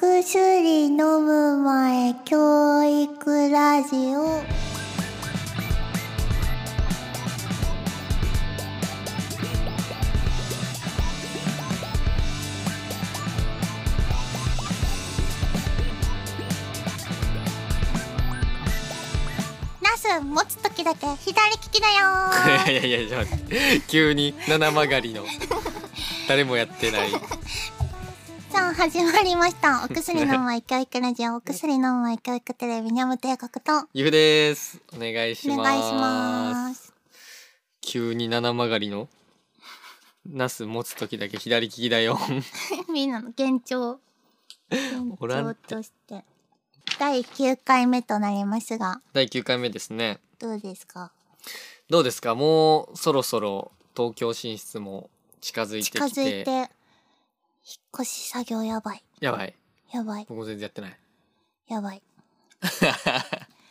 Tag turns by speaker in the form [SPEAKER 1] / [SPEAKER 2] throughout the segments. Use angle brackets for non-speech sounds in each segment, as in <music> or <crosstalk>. [SPEAKER 1] 薬飲む前教育ラジオナス持つ時だけ左利きだよ
[SPEAKER 2] <laughs>
[SPEAKER 1] ー
[SPEAKER 2] いやいやいやちょっと待って急に七曲がりの誰もやって
[SPEAKER 1] <laughs>
[SPEAKER 2] ない
[SPEAKER 1] さあ始まりましたお薬飲む前教育ラジオお薬飲む前教育テレビニャム帝国と
[SPEAKER 2] ゆうですお願いし
[SPEAKER 1] お
[SPEAKER 2] ます
[SPEAKER 1] 願いします。 <laughs>
[SPEAKER 2] 急に七曲がりのナス持つ時だけ左利きだよ <laughs>
[SPEAKER 1] みんなの幻聴。幻
[SPEAKER 2] おらん
[SPEAKER 1] 聴
[SPEAKER 2] って
[SPEAKER 1] として。第9回目となりますが、
[SPEAKER 2] 第9回目ですね
[SPEAKER 1] どうですか
[SPEAKER 2] どうですかもうそろそろ東京進出も近づいてきて
[SPEAKER 1] 近づいて、引っ越し作業やばい。
[SPEAKER 2] やばい
[SPEAKER 1] やばい。
[SPEAKER 2] 僕も全然やってない
[SPEAKER 1] や
[SPEAKER 2] <laughs>
[SPEAKER 1] ばい。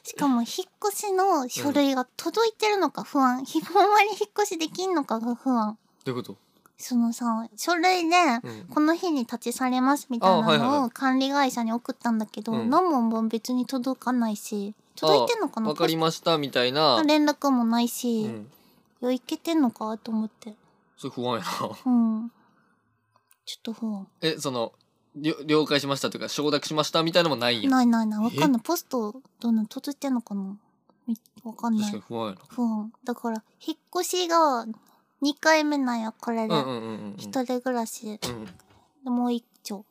[SPEAKER 1] しかも、引っ越しの書類が届いてるのか不安。ひほんまに引っ越しできんのかが不安。
[SPEAKER 2] どういうこと
[SPEAKER 1] そのさ、書類で、
[SPEAKER 2] うん
[SPEAKER 1] この日に立ち去れますみたい
[SPEAKER 2] あは
[SPEAKER 1] ない
[SPEAKER 2] はい
[SPEAKER 1] の
[SPEAKER 2] は
[SPEAKER 1] を管理会社に送ったんだけど、
[SPEAKER 2] うん
[SPEAKER 1] 何問も別に届かないし、届いてんのか
[SPEAKER 2] あ
[SPEAKER 1] な
[SPEAKER 2] わかりましたみたいな、
[SPEAKER 1] 連絡もないし、
[SPEAKER 2] う
[SPEAKER 1] い
[SPEAKER 2] ん、
[SPEAKER 1] や、いけてんのかと思って。
[SPEAKER 2] それ不安やな <laughs>
[SPEAKER 1] うん。ちょっと不安。
[SPEAKER 2] えそのりょ了解しましたというか承諾しましたみたいなのもないんや
[SPEAKER 1] ないないない。わかんない。ポスト、どんな届いてんのかなみわかんな
[SPEAKER 2] 確かに
[SPEAKER 1] い。
[SPEAKER 2] 不安やな
[SPEAKER 1] 不安。だから、引っ越しが2回目なんや、これで。
[SPEAKER 2] うんうんうんうん。
[SPEAKER 1] 一人暮らし、
[SPEAKER 2] うん
[SPEAKER 1] でもう一丁、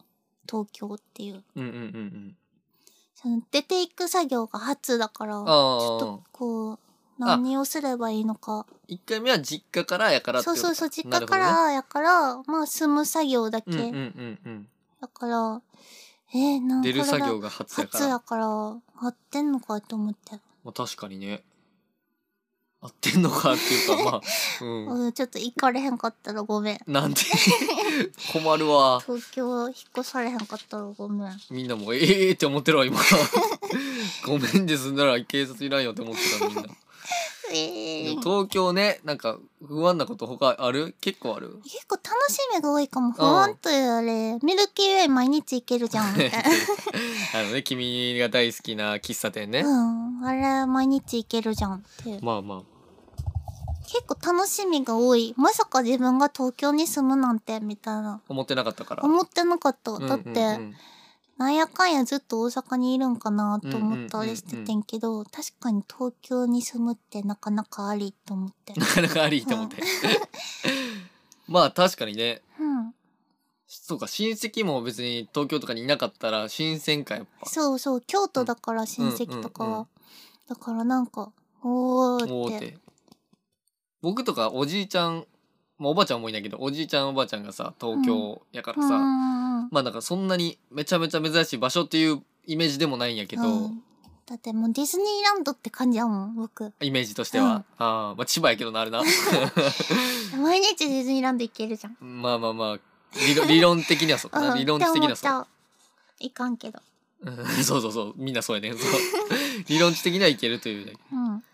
[SPEAKER 1] 東京っていう。
[SPEAKER 2] うんうんうんうん。
[SPEAKER 1] その出ていく作業が初だから、ち
[SPEAKER 2] あ
[SPEAKER 1] ょっ
[SPEAKER 2] あ
[SPEAKER 1] と。こう、何をすればいいのか。
[SPEAKER 2] 一回目は実家からやからって
[SPEAKER 1] そ
[SPEAKER 2] こ
[SPEAKER 1] う
[SPEAKER 2] と
[SPEAKER 1] そう
[SPEAKER 2] か
[SPEAKER 1] そう、実家か。らやから、まあ、住む作業だけ。
[SPEAKER 2] なるほどねうんうんうん
[SPEAKER 1] だから、えー、な
[SPEAKER 2] うんん。
[SPEAKER 1] か
[SPEAKER 2] 出る作業
[SPEAKER 1] が
[SPEAKER 2] が初やか
[SPEAKER 1] 初
[SPEAKER 2] ら。
[SPEAKER 1] やから、合ってんのかと思って。
[SPEAKER 2] まあ確かにね。合ってんのかっていうか、ま <laughs> あ、うん。
[SPEAKER 1] うん、ちょっと行かれへんかったらごめん。
[SPEAKER 2] なんて、困るわ。
[SPEAKER 1] 東京引っ越されへんかったらごめん。
[SPEAKER 2] みんなも、ええーって思ってるわ、今。 <laughs> ごめんで済んだら警察いらんよって思ってた、みんな。
[SPEAKER 1] え
[SPEAKER 2] で
[SPEAKER 1] ー
[SPEAKER 2] も、東京ね、なんか、不安なこと他ある結構ある。
[SPEAKER 1] 結構楽しみが多いかも。不安というあれ、ミルキーウェイ毎日行けるじ
[SPEAKER 2] <laughs>
[SPEAKER 1] ゃん。みたいな
[SPEAKER 2] あのね、君が大好きな喫茶店ね。
[SPEAKER 1] うん、あれ毎日行けるじゃんって。
[SPEAKER 2] まあまあ。
[SPEAKER 1] 結構楽しみが多い。まさか自分が東京に住むなんて、みたいな。
[SPEAKER 2] 思ってなかったから。
[SPEAKER 1] 思ってなかった。
[SPEAKER 2] うんうん
[SPEAKER 1] だって、
[SPEAKER 2] うん
[SPEAKER 1] なんやかんやずっと大阪にいるんかなと思ったりしててんけど、確かに東京に住むってなかなかありと思
[SPEAKER 2] <laughs>
[SPEAKER 1] って。
[SPEAKER 2] なかなかありと思って。まあ確かにね、
[SPEAKER 1] うん。
[SPEAKER 2] そうか、親戚も別に東京とかにいなかったら新鮮かやっぱ。
[SPEAKER 1] そうそう、京都だから親戚とかは。
[SPEAKER 2] うんうんうん
[SPEAKER 1] だからなんか、お
[SPEAKER 2] お
[SPEAKER 1] ー
[SPEAKER 2] ー
[SPEAKER 1] っ。
[SPEAKER 2] ってて。僕とかおじいちゃん、まあおばあちゃんもいないけど、おじいちゃんおばあちゃんがさ、東京やから
[SPEAKER 1] う
[SPEAKER 2] さ、
[SPEAKER 1] んうんうん
[SPEAKER 2] まあなんかそんなにめちゃめちゃ珍しい場所っていうイメージでもないんやけど、
[SPEAKER 1] うんだってもうディズニーランドって感じやもん、僕。
[SPEAKER 2] イメージとしては。
[SPEAKER 1] うん
[SPEAKER 2] あーまあ千葉やけどな、あれ <laughs> な。
[SPEAKER 1] 毎日ディズニーランド行けるじゃん。
[SPEAKER 2] まあまあまあ、理論理論的にはそうかな。
[SPEAKER 1] うん
[SPEAKER 2] 理論的
[SPEAKER 1] って
[SPEAKER 2] にはそう。
[SPEAKER 1] 思っちゃういかんけど。
[SPEAKER 2] うん <laughs> そうそうそうみんなそうやねんそう理論値的にはいけるというね
[SPEAKER 1] うん。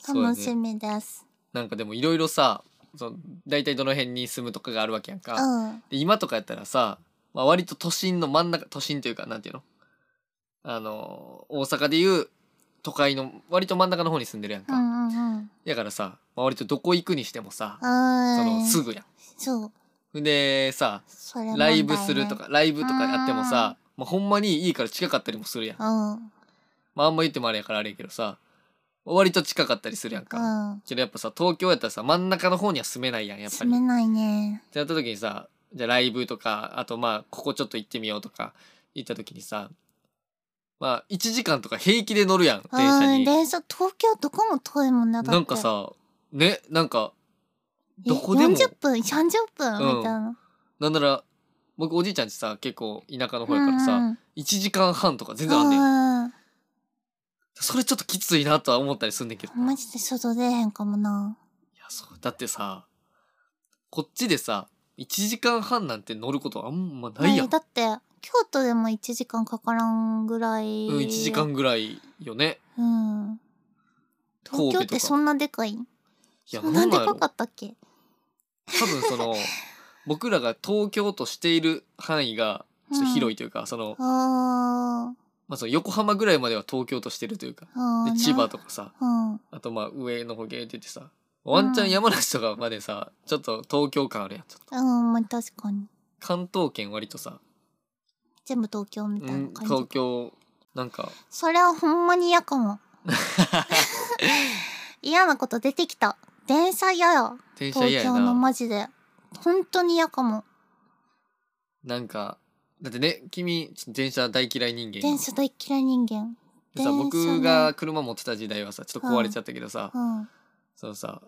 [SPEAKER 2] そうや
[SPEAKER 1] 楽
[SPEAKER 2] ね
[SPEAKER 1] しみです。
[SPEAKER 2] なんかでもいろいろさその大体どの辺に住むとかがあるわけやん
[SPEAKER 1] う
[SPEAKER 2] か、
[SPEAKER 1] ん。
[SPEAKER 2] で今とかやったらさ、まあ、割と都心の真ん中都心というかなんていうのあの大阪でいう都会の割と真ん中の方に住んでるやん
[SPEAKER 1] う
[SPEAKER 2] か、
[SPEAKER 1] んうんうん。
[SPEAKER 2] やからさ、まあ、割とどこ行くにしてもさ、そ
[SPEAKER 1] あ
[SPEAKER 2] の
[SPEAKER 1] ー
[SPEAKER 2] すぐや
[SPEAKER 1] そう。
[SPEAKER 2] んでさ
[SPEAKER 1] それ問題
[SPEAKER 2] ラ
[SPEAKER 1] ね
[SPEAKER 2] イブすると。かライブとかやってもさ、まあ、ほんまにいいから近かったりもするやん
[SPEAKER 1] うん。うん。
[SPEAKER 2] まああんま言ってもあれやからあれやけどさ割と近かったりするやんか、けどやっぱさ東京やったらさ真ん中の方には住めないやんやっぱり。
[SPEAKER 1] 住めないね。
[SPEAKER 2] ってなった時にさじゃあライブとかあとまあここちょっと行ってみようとか行った時にさまあ1時間とか平気で乗るやん電車
[SPEAKER 1] うん。
[SPEAKER 2] に。
[SPEAKER 1] 電車、東京どこも遠いもんね。だって
[SPEAKER 2] なんか、さねなんか
[SPEAKER 1] え
[SPEAKER 2] どこでも
[SPEAKER 1] 40分、30分
[SPEAKER 2] うん
[SPEAKER 1] みたいな。
[SPEAKER 2] なんなら僕おじいちゃんちさ結構田舎の方やからさ、
[SPEAKER 1] うん
[SPEAKER 2] 1時間半とか全
[SPEAKER 1] う
[SPEAKER 2] 然あんねん。
[SPEAKER 1] ん。うん
[SPEAKER 2] それちょっときついなとは思ったりすんねんけど。
[SPEAKER 1] マジで外出えへんかもな。
[SPEAKER 2] いや、そう、だってさ、こっちでさ、1時間半なんて乗ることあんまないやん。
[SPEAKER 1] だって、京都でも1時間かからんぐらい。
[SPEAKER 2] うん、1時。間ぐらいよね。
[SPEAKER 1] うん。東京ってそんなでかい
[SPEAKER 2] いや、
[SPEAKER 1] そんな
[SPEAKER 2] なん
[SPEAKER 1] で
[SPEAKER 2] なんやろ
[SPEAKER 1] かかったっけ
[SPEAKER 2] 多分その、僕らが東京としている範囲が、ちょっと広いというか、その、
[SPEAKER 1] あー
[SPEAKER 2] まあ、その横浜ぐらいまでは東京としてるというか、
[SPEAKER 1] あー。
[SPEAKER 2] で、千葉
[SPEAKER 1] と。
[SPEAKER 2] とかさ、
[SPEAKER 1] うん。
[SPEAKER 2] あとまあ上の方限定ってさ、ワンチャン山梨とかまでさ、ちょっと東京感あるやん。ちょっと
[SPEAKER 1] うん、まあ確かに。
[SPEAKER 2] 関東圏割とさ、
[SPEAKER 1] 全部東京みたいな
[SPEAKER 2] うん
[SPEAKER 1] 感じ
[SPEAKER 2] 東。京、なんか、
[SPEAKER 1] それはほんまに嫌か
[SPEAKER 2] <laughs>
[SPEAKER 1] も。嫌なこと出てきた。電車嫌や。
[SPEAKER 2] 電車嫌
[SPEAKER 1] 東
[SPEAKER 2] や
[SPEAKER 1] 京の
[SPEAKER 2] な。
[SPEAKER 1] マジで。本当に嫌かも。
[SPEAKER 2] なんか、だってね、君、ちょっと電車大嫌い人間やん
[SPEAKER 1] 電車大嫌い人間。
[SPEAKER 2] で
[SPEAKER 1] 電車
[SPEAKER 2] さ
[SPEAKER 1] ね
[SPEAKER 2] 僕が車持ってた時代はさちょっと壊れちゃったけどさ、
[SPEAKER 1] うん。
[SPEAKER 2] そのさ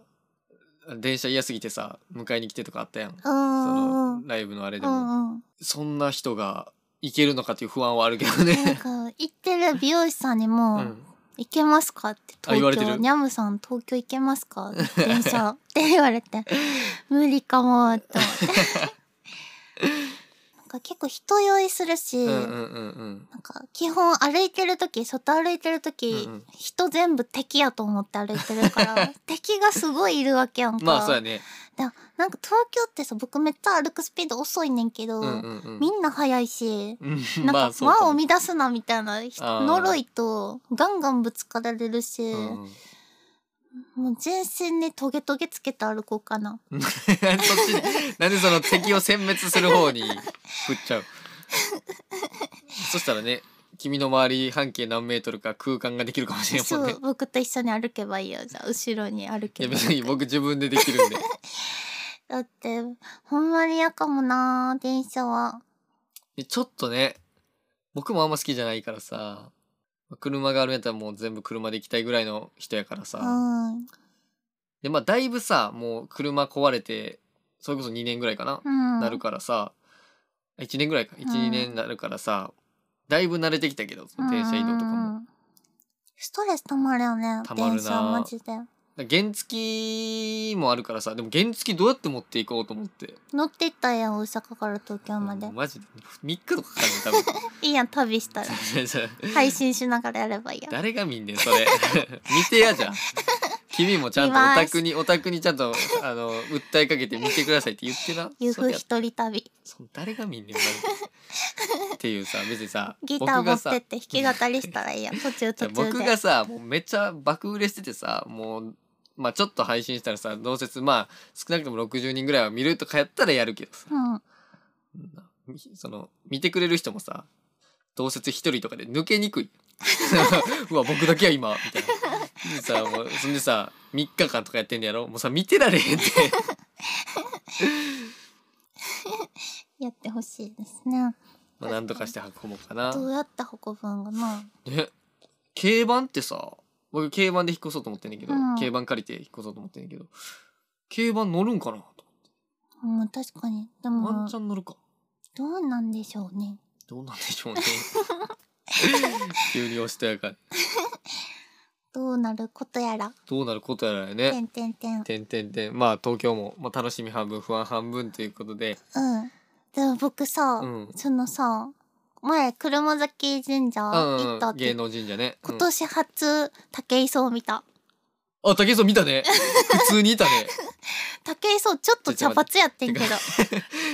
[SPEAKER 2] 電車嫌すぎてさ迎えに来てとかあったやん、
[SPEAKER 1] う
[SPEAKER 2] そ
[SPEAKER 1] ん。う
[SPEAKER 2] のライブのあれでも、
[SPEAKER 1] んうん。
[SPEAKER 2] そんな人が行けるのかっていう不安はあるけど
[SPEAKER 1] なん
[SPEAKER 2] ね。
[SPEAKER 1] か、行ってる美容師さんに
[SPEAKER 2] う
[SPEAKER 1] も、
[SPEAKER 2] ん、
[SPEAKER 1] 行けますかって
[SPEAKER 2] あ言わ
[SPEAKER 1] 東
[SPEAKER 2] れて
[SPEAKER 1] 京
[SPEAKER 2] る
[SPEAKER 1] ニャムさん東京行けますか電
[SPEAKER 2] <laughs>
[SPEAKER 1] 車って言われて無理かもって思って
[SPEAKER 2] <laughs>
[SPEAKER 1] なんか結構人酔いするし、
[SPEAKER 2] うんうんうんうん
[SPEAKER 1] なんか基本歩いてる時外歩いてる時、
[SPEAKER 2] うんうん
[SPEAKER 1] 人全部敵やと思って歩いてるから
[SPEAKER 2] <laughs>
[SPEAKER 1] 敵がすごいいるわけやんか、
[SPEAKER 2] まあそうやね。
[SPEAKER 1] だなんか東京ってさ僕めっちゃ歩くスピード遅いねんけど、
[SPEAKER 2] うんうんうん
[SPEAKER 1] みんな速いし。
[SPEAKER 2] うん。
[SPEAKER 1] なん
[SPEAKER 2] ま
[SPEAKER 1] か
[SPEAKER 2] あそう
[SPEAKER 1] 輪
[SPEAKER 2] か
[SPEAKER 1] を
[SPEAKER 2] も。
[SPEAKER 1] 乱すなみたいな人
[SPEAKER 2] あー
[SPEAKER 1] 呪いとガンガンぶつかられるし、
[SPEAKER 2] うんうん
[SPEAKER 1] もう全身にトゲトゲつけて歩こうかな。
[SPEAKER 2] <laughs> そっちなんでその敵を殲滅する方に振っちゃうそしたらね君の周り半径何メートルか空間ができるかもしれん
[SPEAKER 1] そ
[SPEAKER 2] もんね
[SPEAKER 1] う、僕と一緒に歩けばいいよ。じゃあ、後ろに歩
[SPEAKER 2] い
[SPEAKER 1] け
[SPEAKER 2] や
[SPEAKER 1] ばい
[SPEAKER 2] 別に僕自分でで
[SPEAKER 1] <laughs>
[SPEAKER 2] きるんで
[SPEAKER 1] だって、ほんまに嫌かもな電車は。
[SPEAKER 2] でちょっとね僕もあんま好きじゃないからさ車があるんやったらもう全部車で行きたいぐらいの人やからさ、
[SPEAKER 1] うん。
[SPEAKER 2] でまあだいぶさもう車壊れてそれこそ2年ぐらいかな、
[SPEAKER 1] うん。
[SPEAKER 2] なるからさ1年ぐらいか
[SPEAKER 1] う
[SPEAKER 2] 12
[SPEAKER 1] ん
[SPEAKER 2] 年になるからさだいぶ慣れてきたけどその電車移動とか
[SPEAKER 1] うんうんう
[SPEAKER 2] も。
[SPEAKER 1] ん。ストレス溜まるよね。
[SPEAKER 2] 溜まるな
[SPEAKER 1] 電車マジで。
[SPEAKER 2] だから原付きもあるからさでも原付きどうやって持っていこうと思って
[SPEAKER 1] 乗ってったやん、大阪から東京まで
[SPEAKER 2] うん。マジで3日とかかかるね多分
[SPEAKER 1] いいやん、旅した
[SPEAKER 2] <laughs>
[SPEAKER 1] ら。配信しながらやればいいやん。
[SPEAKER 2] 誰が見んねんそれ <laughs> 見てやじゃん君もちゃんと
[SPEAKER 1] 見ま
[SPEAKER 2] お
[SPEAKER 1] す
[SPEAKER 2] 宅にお宅にちゃんとあの訴えかけて見てくださいって言ってな
[SPEAKER 1] ゆう
[SPEAKER 2] そ
[SPEAKER 1] ふ
[SPEAKER 2] りゃ
[SPEAKER 1] 一人旅。
[SPEAKER 2] そん誰が見んねんマジでっていうさ別にさ
[SPEAKER 1] ギター
[SPEAKER 2] 僕
[SPEAKER 1] 持
[SPEAKER 2] が
[SPEAKER 1] っ
[SPEAKER 2] さ
[SPEAKER 1] てって弾き語りしたらいいやん。途中途中で。
[SPEAKER 2] 僕がさもうめっちゃ爆売れしててさもうまあちょっと配信したらさどうせつまあ少なくとも60人ぐらいは見るとかやったらやるけどさ
[SPEAKER 1] うん。
[SPEAKER 2] その見てくれる人もさ同説一人とかで抜け
[SPEAKER 1] <laughs>
[SPEAKER 2] にくいうわ僕だけは今みたいなでさもうそんでさ3日間とかやってんのやろもうさ見てら
[SPEAKER 1] <laughs>
[SPEAKER 2] れへんって
[SPEAKER 1] やってほしいですね。
[SPEAKER 2] まあなんとかして運ぼうかな
[SPEAKER 1] どうやって運ぶんかな。
[SPEAKER 2] ね軽バンってさ僕軽バンで引っ越そうと思ってんねんけど、
[SPEAKER 1] うん
[SPEAKER 2] 軽バン借りて引っ越そうと思ってんねんけど軽バン乗るんかなと
[SPEAKER 1] うん、確かに。で
[SPEAKER 2] ワン
[SPEAKER 1] も
[SPEAKER 2] チャ、ン乗るか
[SPEAKER 1] どうなんでしょうね。
[SPEAKER 2] どうなんでしょ
[SPEAKER 1] <laughs>
[SPEAKER 2] うね急におしとやかに
[SPEAKER 1] どうなることやら。
[SPEAKER 2] どうなることやらやね
[SPEAKER 1] てんてんてん。うん。
[SPEAKER 2] てんてんてんまあ東京も、まあ、楽しみ半分不安半分ということで
[SPEAKER 1] でも僕さ、
[SPEAKER 2] うん
[SPEAKER 1] そのさ、前、車崎神社
[SPEAKER 2] うん
[SPEAKER 1] 行ったって、
[SPEAKER 2] 芸能神社ね、うん
[SPEAKER 1] 今年初、武井壮見た。
[SPEAKER 2] あ武井壮見
[SPEAKER 1] <laughs>
[SPEAKER 2] たね普通にいたね
[SPEAKER 1] 武井壮ちょっと茶髪やってんけど、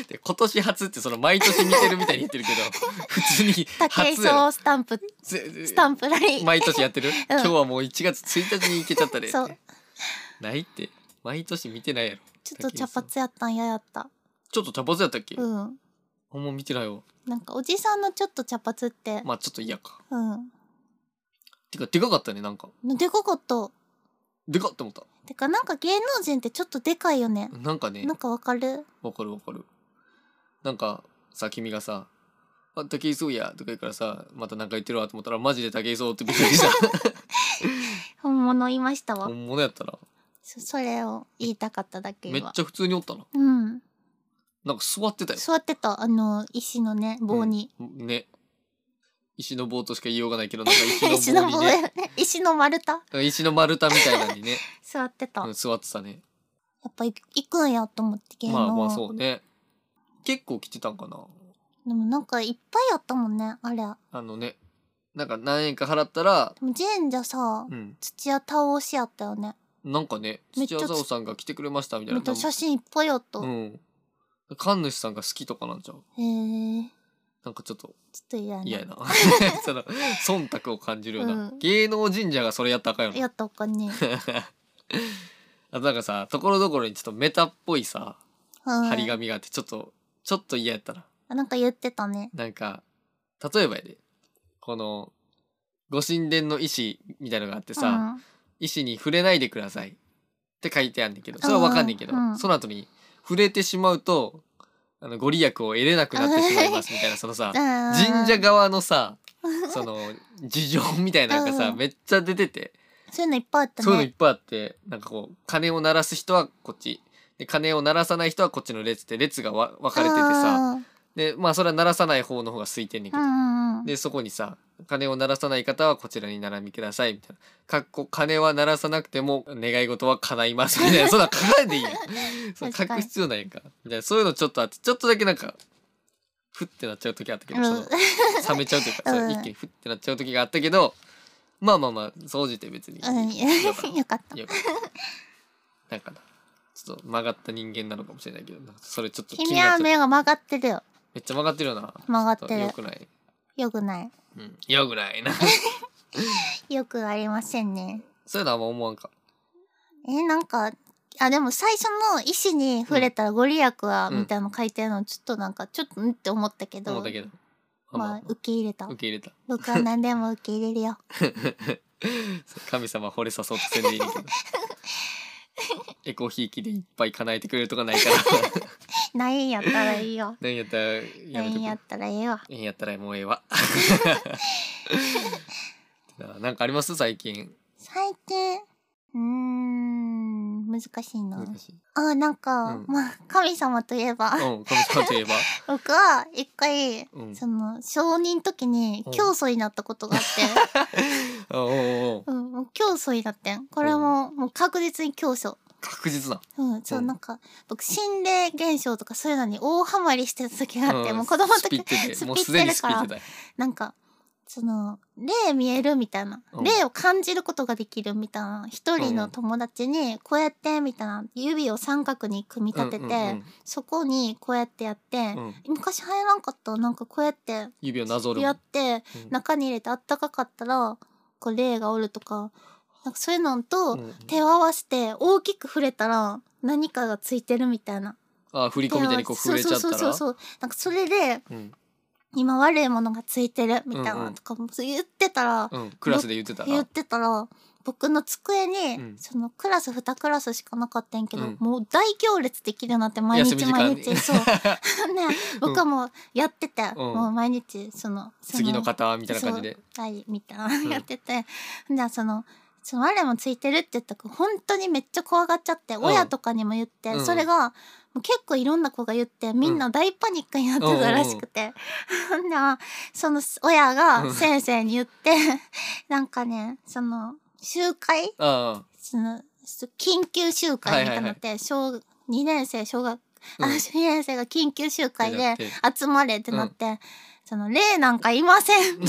[SPEAKER 2] で今年初ってその毎年見てるみたいに言ってるけど
[SPEAKER 1] <laughs>
[SPEAKER 2] 普通に
[SPEAKER 1] <laughs> 武井
[SPEAKER 2] 初や
[SPEAKER 1] 壮
[SPEAKER 2] ろ
[SPEAKER 1] スタンプ、
[SPEAKER 2] ぜ
[SPEAKER 1] スタンプラリー。
[SPEAKER 2] 毎年やってる、今日はもう1月1日に行けちゃったね
[SPEAKER 1] そう。
[SPEAKER 2] ないって毎年見てないやろ
[SPEAKER 1] ちょっと茶髪やったん嫌やった。
[SPEAKER 2] ちょっと茶髪やったっけ、ほん、
[SPEAKER 1] うん。
[SPEAKER 2] あんま見てないよ
[SPEAKER 1] なんかおじさんのちょっと茶髪って、
[SPEAKER 2] まあちょっと嫌か
[SPEAKER 1] う
[SPEAKER 2] てかでかかったねなんか
[SPEAKER 1] ん。でかかった。
[SPEAKER 2] でかって思った
[SPEAKER 1] てかなんか芸能人ってちょっとでかいよね。
[SPEAKER 2] なんかね
[SPEAKER 1] なんかわかる
[SPEAKER 2] わかるわかる。なんかさ、君がさ、あ、竹井壮やとか言うからさ、またなんか言ってるわと思ったら、マジで竹井壮ってびっくりした。
[SPEAKER 1] 本物いま <laughs> したわ
[SPEAKER 2] 本物やったら、
[SPEAKER 1] そそれを言いたかっただけ
[SPEAKER 2] めっ
[SPEAKER 1] 今
[SPEAKER 2] ちゃ普通におったな。
[SPEAKER 1] うん
[SPEAKER 2] なんか座ってたよ。
[SPEAKER 1] 座ってたあの石のね棒に、
[SPEAKER 2] うんね。石の棒としか言いようがないけ
[SPEAKER 1] <laughs>
[SPEAKER 2] ど、なんか石
[SPEAKER 1] 石
[SPEAKER 2] の
[SPEAKER 1] の
[SPEAKER 2] 棒
[SPEAKER 1] 棒
[SPEAKER 2] にね。
[SPEAKER 1] だよね石の丸太
[SPEAKER 2] なんか石の丸太みたいなの
[SPEAKER 1] <laughs>
[SPEAKER 2] にね、
[SPEAKER 1] 座ってた、
[SPEAKER 2] うん
[SPEAKER 1] や
[SPEAKER 2] 座ってたね。
[SPEAKER 1] っぱ行行くんやと思って芸能、
[SPEAKER 2] まあまあそうね。結構来てたんかな。
[SPEAKER 1] でもなんかいっぱいあったもんねあれでも
[SPEAKER 2] あのね、なんか何円か払ったら、
[SPEAKER 1] 神社さ、
[SPEAKER 2] うん、
[SPEAKER 1] 土屋倒しやったよね
[SPEAKER 2] なんかね、
[SPEAKER 1] めっち
[SPEAKER 2] 土
[SPEAKER 1] ゃ
[SPEAKER 2] 屋太鳳さんが来てくれましたみたい
[SPEAKER 1] 見
[SPEAKER 2] な。
[SPEAKER 1] た写真いっぱいあった、
[SPEAKER 2] う
[SPEAKER 1] へ
[SPEAKER 2] ん。神主さんが好きとかなんちゃう
[SPEAKER 1] え
[SPEAKER 2] なんかちょっと
[SPEAKER 1] ちょっと嫌な。
[SPEAKER 2] 嫌やな <laughs> その忖度を感じるような、
[SPEAKER 1] うん
[SPEAKER 2] 芸能神社がそれやったらあかんよな
[SPEAKER 1] やったらあかんね。
[SPEAKER 2] あとなんかさところどころにちょっとメタっぽいさ
[SPEAKER 1] は
[SPEAKER 2] 張
[SPEAKER 1] い
[SPEAKER 2] り紙があってちょっとちょっと嫌やったな
[SPEAKER 1] あなんか言ってたね。
[SPEAKER 2] なんか例えばやでこのご神殿の石みたいのがあってさ、
[SPEAKER 1] うん
[SPEAKER 2] 石に触れないでくださいって書いてあんねんけどそれはわかんねんけど、
[SPEAKER 1] うんうん
[SPEAKER 2] その後に触れてしまうとあのご利益を得れなくなってしまいますみたいなその
[SPEAKER 1] あ
[SPEAKER 2] さ
[SPEAKER 1] ー
[SPEAKER 2] 神社側のさその事情みたいなのがさ、
[SPEAKER 1] うん
[SPEAKER 2] めっちゃ出てて
[SPEAKER 1] そういうのいっぱいあったね。
[SPEAKER 2] そういうのいっぱいあってなんかこう鐘を鳴らす人はこっちで鐘を鳴らさない人はこっちの列で列がわ分かれててさ
[SPEAKER 1] あー
[SPEAKER 2] でまあそれは鳴らさない方の方が空いてんねんけ
[SPEAKER 1] う
[SPEAKER 2] ど、
[SPEAKER 1] んうんうん。
[SPEAKER 2] でそこにさ鐘を鳴らさない方はこちらに並びくださいみたいな「かっこ鐘は鳴らさなくても願い事は叶います」みたいなそんなん書かないでいい <laughs> やんそう書
[SPEAKER 1] 確か
[SPEAKER 2] く
[SPEAKER 1] に
[SPEAKER 2] 必要ないやんかみたいなそういうのちょっとあってちょっとだけなんかふってなっちゃう時あったけど、その冷めちゃうという <laughs> か、そう
[SPEAKER 1] うん
[SPEAKER 2] 一気にふってなっちゃう時があったけどまあまあまあ掃除て別に、
[SPEAKER 1] うん
[SPEAKER 2] よかっ
[SPEAKER 1] うん、よかった
[SPEAKER 2] た。よかったなんかなちょっと曲がった人間なのかもしれないけどなんかそれちょっと気に
[SPEAKER 1] 君
[SPEAKER 2] なっ
[SPEAKER 1] は
[SPEAKER 2] ちゃった
[SPEAKER 1] 目が曲がってるよ。
[SPEAKER 2] めっちゃ曲がってるよな
[SPEAKER 1] 曲がってる
[SPEAKER 2] よくない
[SPEAKER 1] よくない。
[SPEAKER 2] うんよくない <laughs> な
[SPEAKER 1] よくありませんね。
[SPEAKER 2] そういうのあんま思わんか
[SPEAKER 1] え、なんか、あ、でも最初の石に触れたらご利益は、
[SPEAKER 2] うん
[SPEAKER 1] みたいなの書いてるの、ちょっとなんか、ちょっとんって思ったけど、
[SPEAKER 2] 思ったけど
[SPEAKER 1] まあ、受け入れた
[SPEAKER 2] 受。け入れた
[SPEAKER 1] 僕は何でも受け入れ
[SPEAKER 2] <laughs>
[SPEAKER 1] るよ。
[SPEAKER 2] 神様惚れさそうとせんでいいねんけどエコひいきでいっぱい叶えてくれるとかない
[SPEAKER 1] <laughs>
[SPEAKER 2] から
[SPEAKER 1] ないんやったらいいよ。
[SPEAKER 2] 何やったらや
[SPEAKER 1] な
[SPEAKER 2] め
[SPEAKER 1] いん
[SPEAKER 2] とく
[SPEAKER 1] やったらええわ。
[SPEAKER 2] ええんやったらもうええわ <laughs> ななんかあります最近
[SPEAKER 1] 最低。うーん、難しいな
[SPEAKER 2] 難。しい
[SPEAKER 1] あ、なんか、
[SPEAKER 2] うん
[SPEAKER 1] まあ、神様といえば、
[SPEAKER 2] うん神様とい
[SPEAKER 1] <laughs>
[SPEAKER 2] えば
[SPEAKER 1] 僕は一回、
[SPEAKER 2] うん
[SPEAKER 1] その、承認時に
[SPEAKER 2] うん
[SPEAKER 1] 教祖になったこと
[SPEAKER 2] <laughs>
[SPEAKER 1] があって、
[SPEAKER 2] おうおうおう
[SPEAKER 1] うん、もう教祖になってん。これも、もう確実に教祖。
[SPEAKER 2] 確実な
[SPEAKER 1] うん、そうう、
[SPEAKER 2] ん
[SPEAKER 1] なんか、僕、心霊現象とかそういうのに大ハマりしてた時があって、
[SPEAKER 2] ん
[SPEAKER 1] もう子供の
[SPEAKER 2] スピっ
[SPEAKER 1] 時、
[SPEAKER 2] て
[SPEAKER 1] <laughs>
[SPEAKER 2] て
[SPEAKER 1] ス
[SPEAKER 2] もう
[SPEAKER 1] ピっ
[SPEAKER 2] すで
[SPEAKER 1] て
[SPEAKER 2] に
[SPEAKER 1] る
[SPEAKER 2] ス
[SPEAKER 1] か
[SPEAKER 2] ピっ
[SPEAKER 1] ら
[SPEAKER 2] てたよ
[SPEAKER 1] なんか、その、霊見えるみたいな
[SPEAKER 2] う、ん
[SPEAKER 1] 霊を感じることができるみたいな、一人の友達に、こうやって、みたいな、指を三角に組み立て
[SPEAKER 2] うんうんう
[SPEAKER 1] て
[SPEAKER 2] ん、
[SPEAKER 1] そこにこうやってやって
[SPEAKER 2] う、ん
[SPEAKER 1] 昔流行らんかった、なんかこうやって、
[SPEAKER 2] 指をなぞる
[SPEAKER 1] やって、
[SPEAKER 2] うん
[SPEAKER 1] 中に入れてあったかかったら、こう霊がおるとか、なんかそういうのと、
[SPEAKER 2] うん
[SPEAKER 1] 手を合わせて大きく触れたら何かがついてるみたいな。
[SPEAKER 2] あ振り子みたいにこう
[SPEAKER 1] 手を
[SPEAKER 2] 震
[SPEAKER 1] 合
[SPEAKER 2] えちゃ
[SPEAKER 1] わ
[SPEAKER 2] った
[SPEAKER 1] せ
[SPEAKER 2] ら
[SPEAKER 1] そうそうそうそう。なんかそれで
[SPEAKER 2] うん
[SPEAKER 1] 今悪いものがついてるみたい
[SPEAKER 2] うんう
[SPEAKER 1] なんとかも言ってたら、
[SPEAKER 2] うんクラスで言ってた
[SPEAKER 1] 言っ
[SPEAKER 2] ら
[SPEAKER 1] てたら僕の机に、
[SPEAKER 2] うん
[SPEAKER 1] そのクラス2クラスしかなかったんやけど、
[SPEAKER 2] うん
[SPEAKER 1] もう大行列できるようになって毎
[SPEAKER 2] 休
[SPEAKER 1] 日
[SPEAKER 2] み時間
[SPEAKER 1] 毎
[SPEAKER 2] に
[SPEAKER 1] 日そうね
[SPEAKER 2] <laughs>
[SPEAKER 1] 僕はもうやってて、
[SPEAKER 2] ん
[SPEAKER 1] もう毎日そのそ
[SPEAKER 2] 次の方みたいな感じで
[SPEAKER 1] そうはいみたいな、
[SPEAKER 2] ん
[SPEAKER 1] やっててじゃあそのその我もついてるって言ったら本当にめっちゃ怖がっちゃって、
[SPEAKER 2] ん
[SPEAKER 1] 親とかにも言って、
[SPEAKER 2] うん
[SPEAKER 1] それがもう結構いろんな子が言ってみんな大パニックになってたらしくて、ほん <laughs> でその親
[SPEAKER 2] うん
[SPEAKER 1] が先生に言って、 <laughs> なんかねその集会
[SPEAKER 2] あ
[SPEAKER 1] そのそ緊急集会みたいなのって、小2年生小学
[SPEAKER 2] うん
[SPEAKER 1] あの2年生が緊急集会
[SPEAKER 2] やっ
[SPEAKER 1] で
[SPEAKER 2] て
[SPEAKER 1] 集まれってなって、その霊なんかいません
[SPEAKER 2] あうんもう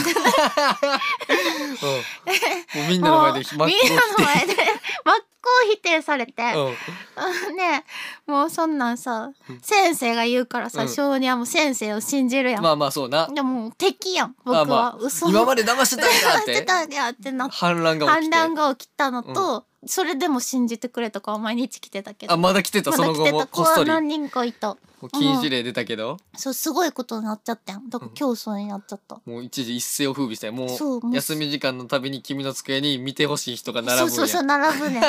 [SPEAKER 2] みんなの前で
[SPEAKER 1] もうみんなの前で真っ向否定されて、
[SPEAKER 2] 真っ向うん
[SPEAKER 1] ねもうそんなんさ、
[SPEAKER 2] うん
[SPEAKER 1] 先生が言うから
[SPEAKER 2] う
[SPEAKER 1] さ
[SPEAKER 2] ん
[SPEAKER 1] 小児はもう先生を信じるやん、
[SPEAKER 2] まあまあそうな
[SPEAKER 1] でももう敵やん僕
[SPEAKER 2] あ
[SPEAKER 1] は、
[SPEAKER 2] まあ
[SPEAKER 1] 嘘
[SPEAKER 2] 今まで騙してたん
[SPEAKER 1] <laughs>
[SPEAKER 2] だっ
[SPEAKER 1] して
[SPEAKER 2] て
[SPEAKER 1] たんやってなって
[SPEAKER 2] 反乱が起
[SPEAKER 1] 反
[SPEAKER 2] きて
[SPEAKER 1] 乱が起きたのと、それでも信じてくれとかは毎日来てたけど
[SPEAKER 2] あまだ来てたその後
[SPEAKER 1] ま
[SPEAKER 2] も
[SPEAKER 1] だ来てた子
[SPEAKER 2] こっ
[SPEAKER 1] は
[SPEAKER 2] そり
[SPEAKER 1] 何人かいた
[SPEAKER 2] もう禁止令出たけど
[SPEAKER 1] そうすごいことになっちゃったんだから競争になっちゃった、
[SPEAKER 2] もう一時一世を風靡したよも
[SPEAKER 1] そうも
[SPEAKER 2] う
[SPEAKER 1] う
[SPEAKER 2] 休み時間のたびに君の机に見てほしい人が
[SPEAKER 1] そ
[SPEAKER 2] 並
[SPEAKER 1] う
[SPEAKER 2] ぶん
[SPEAKER 1] そ
[SPEAKER 2] や
[SPEAKER 1] うそう並ぶねん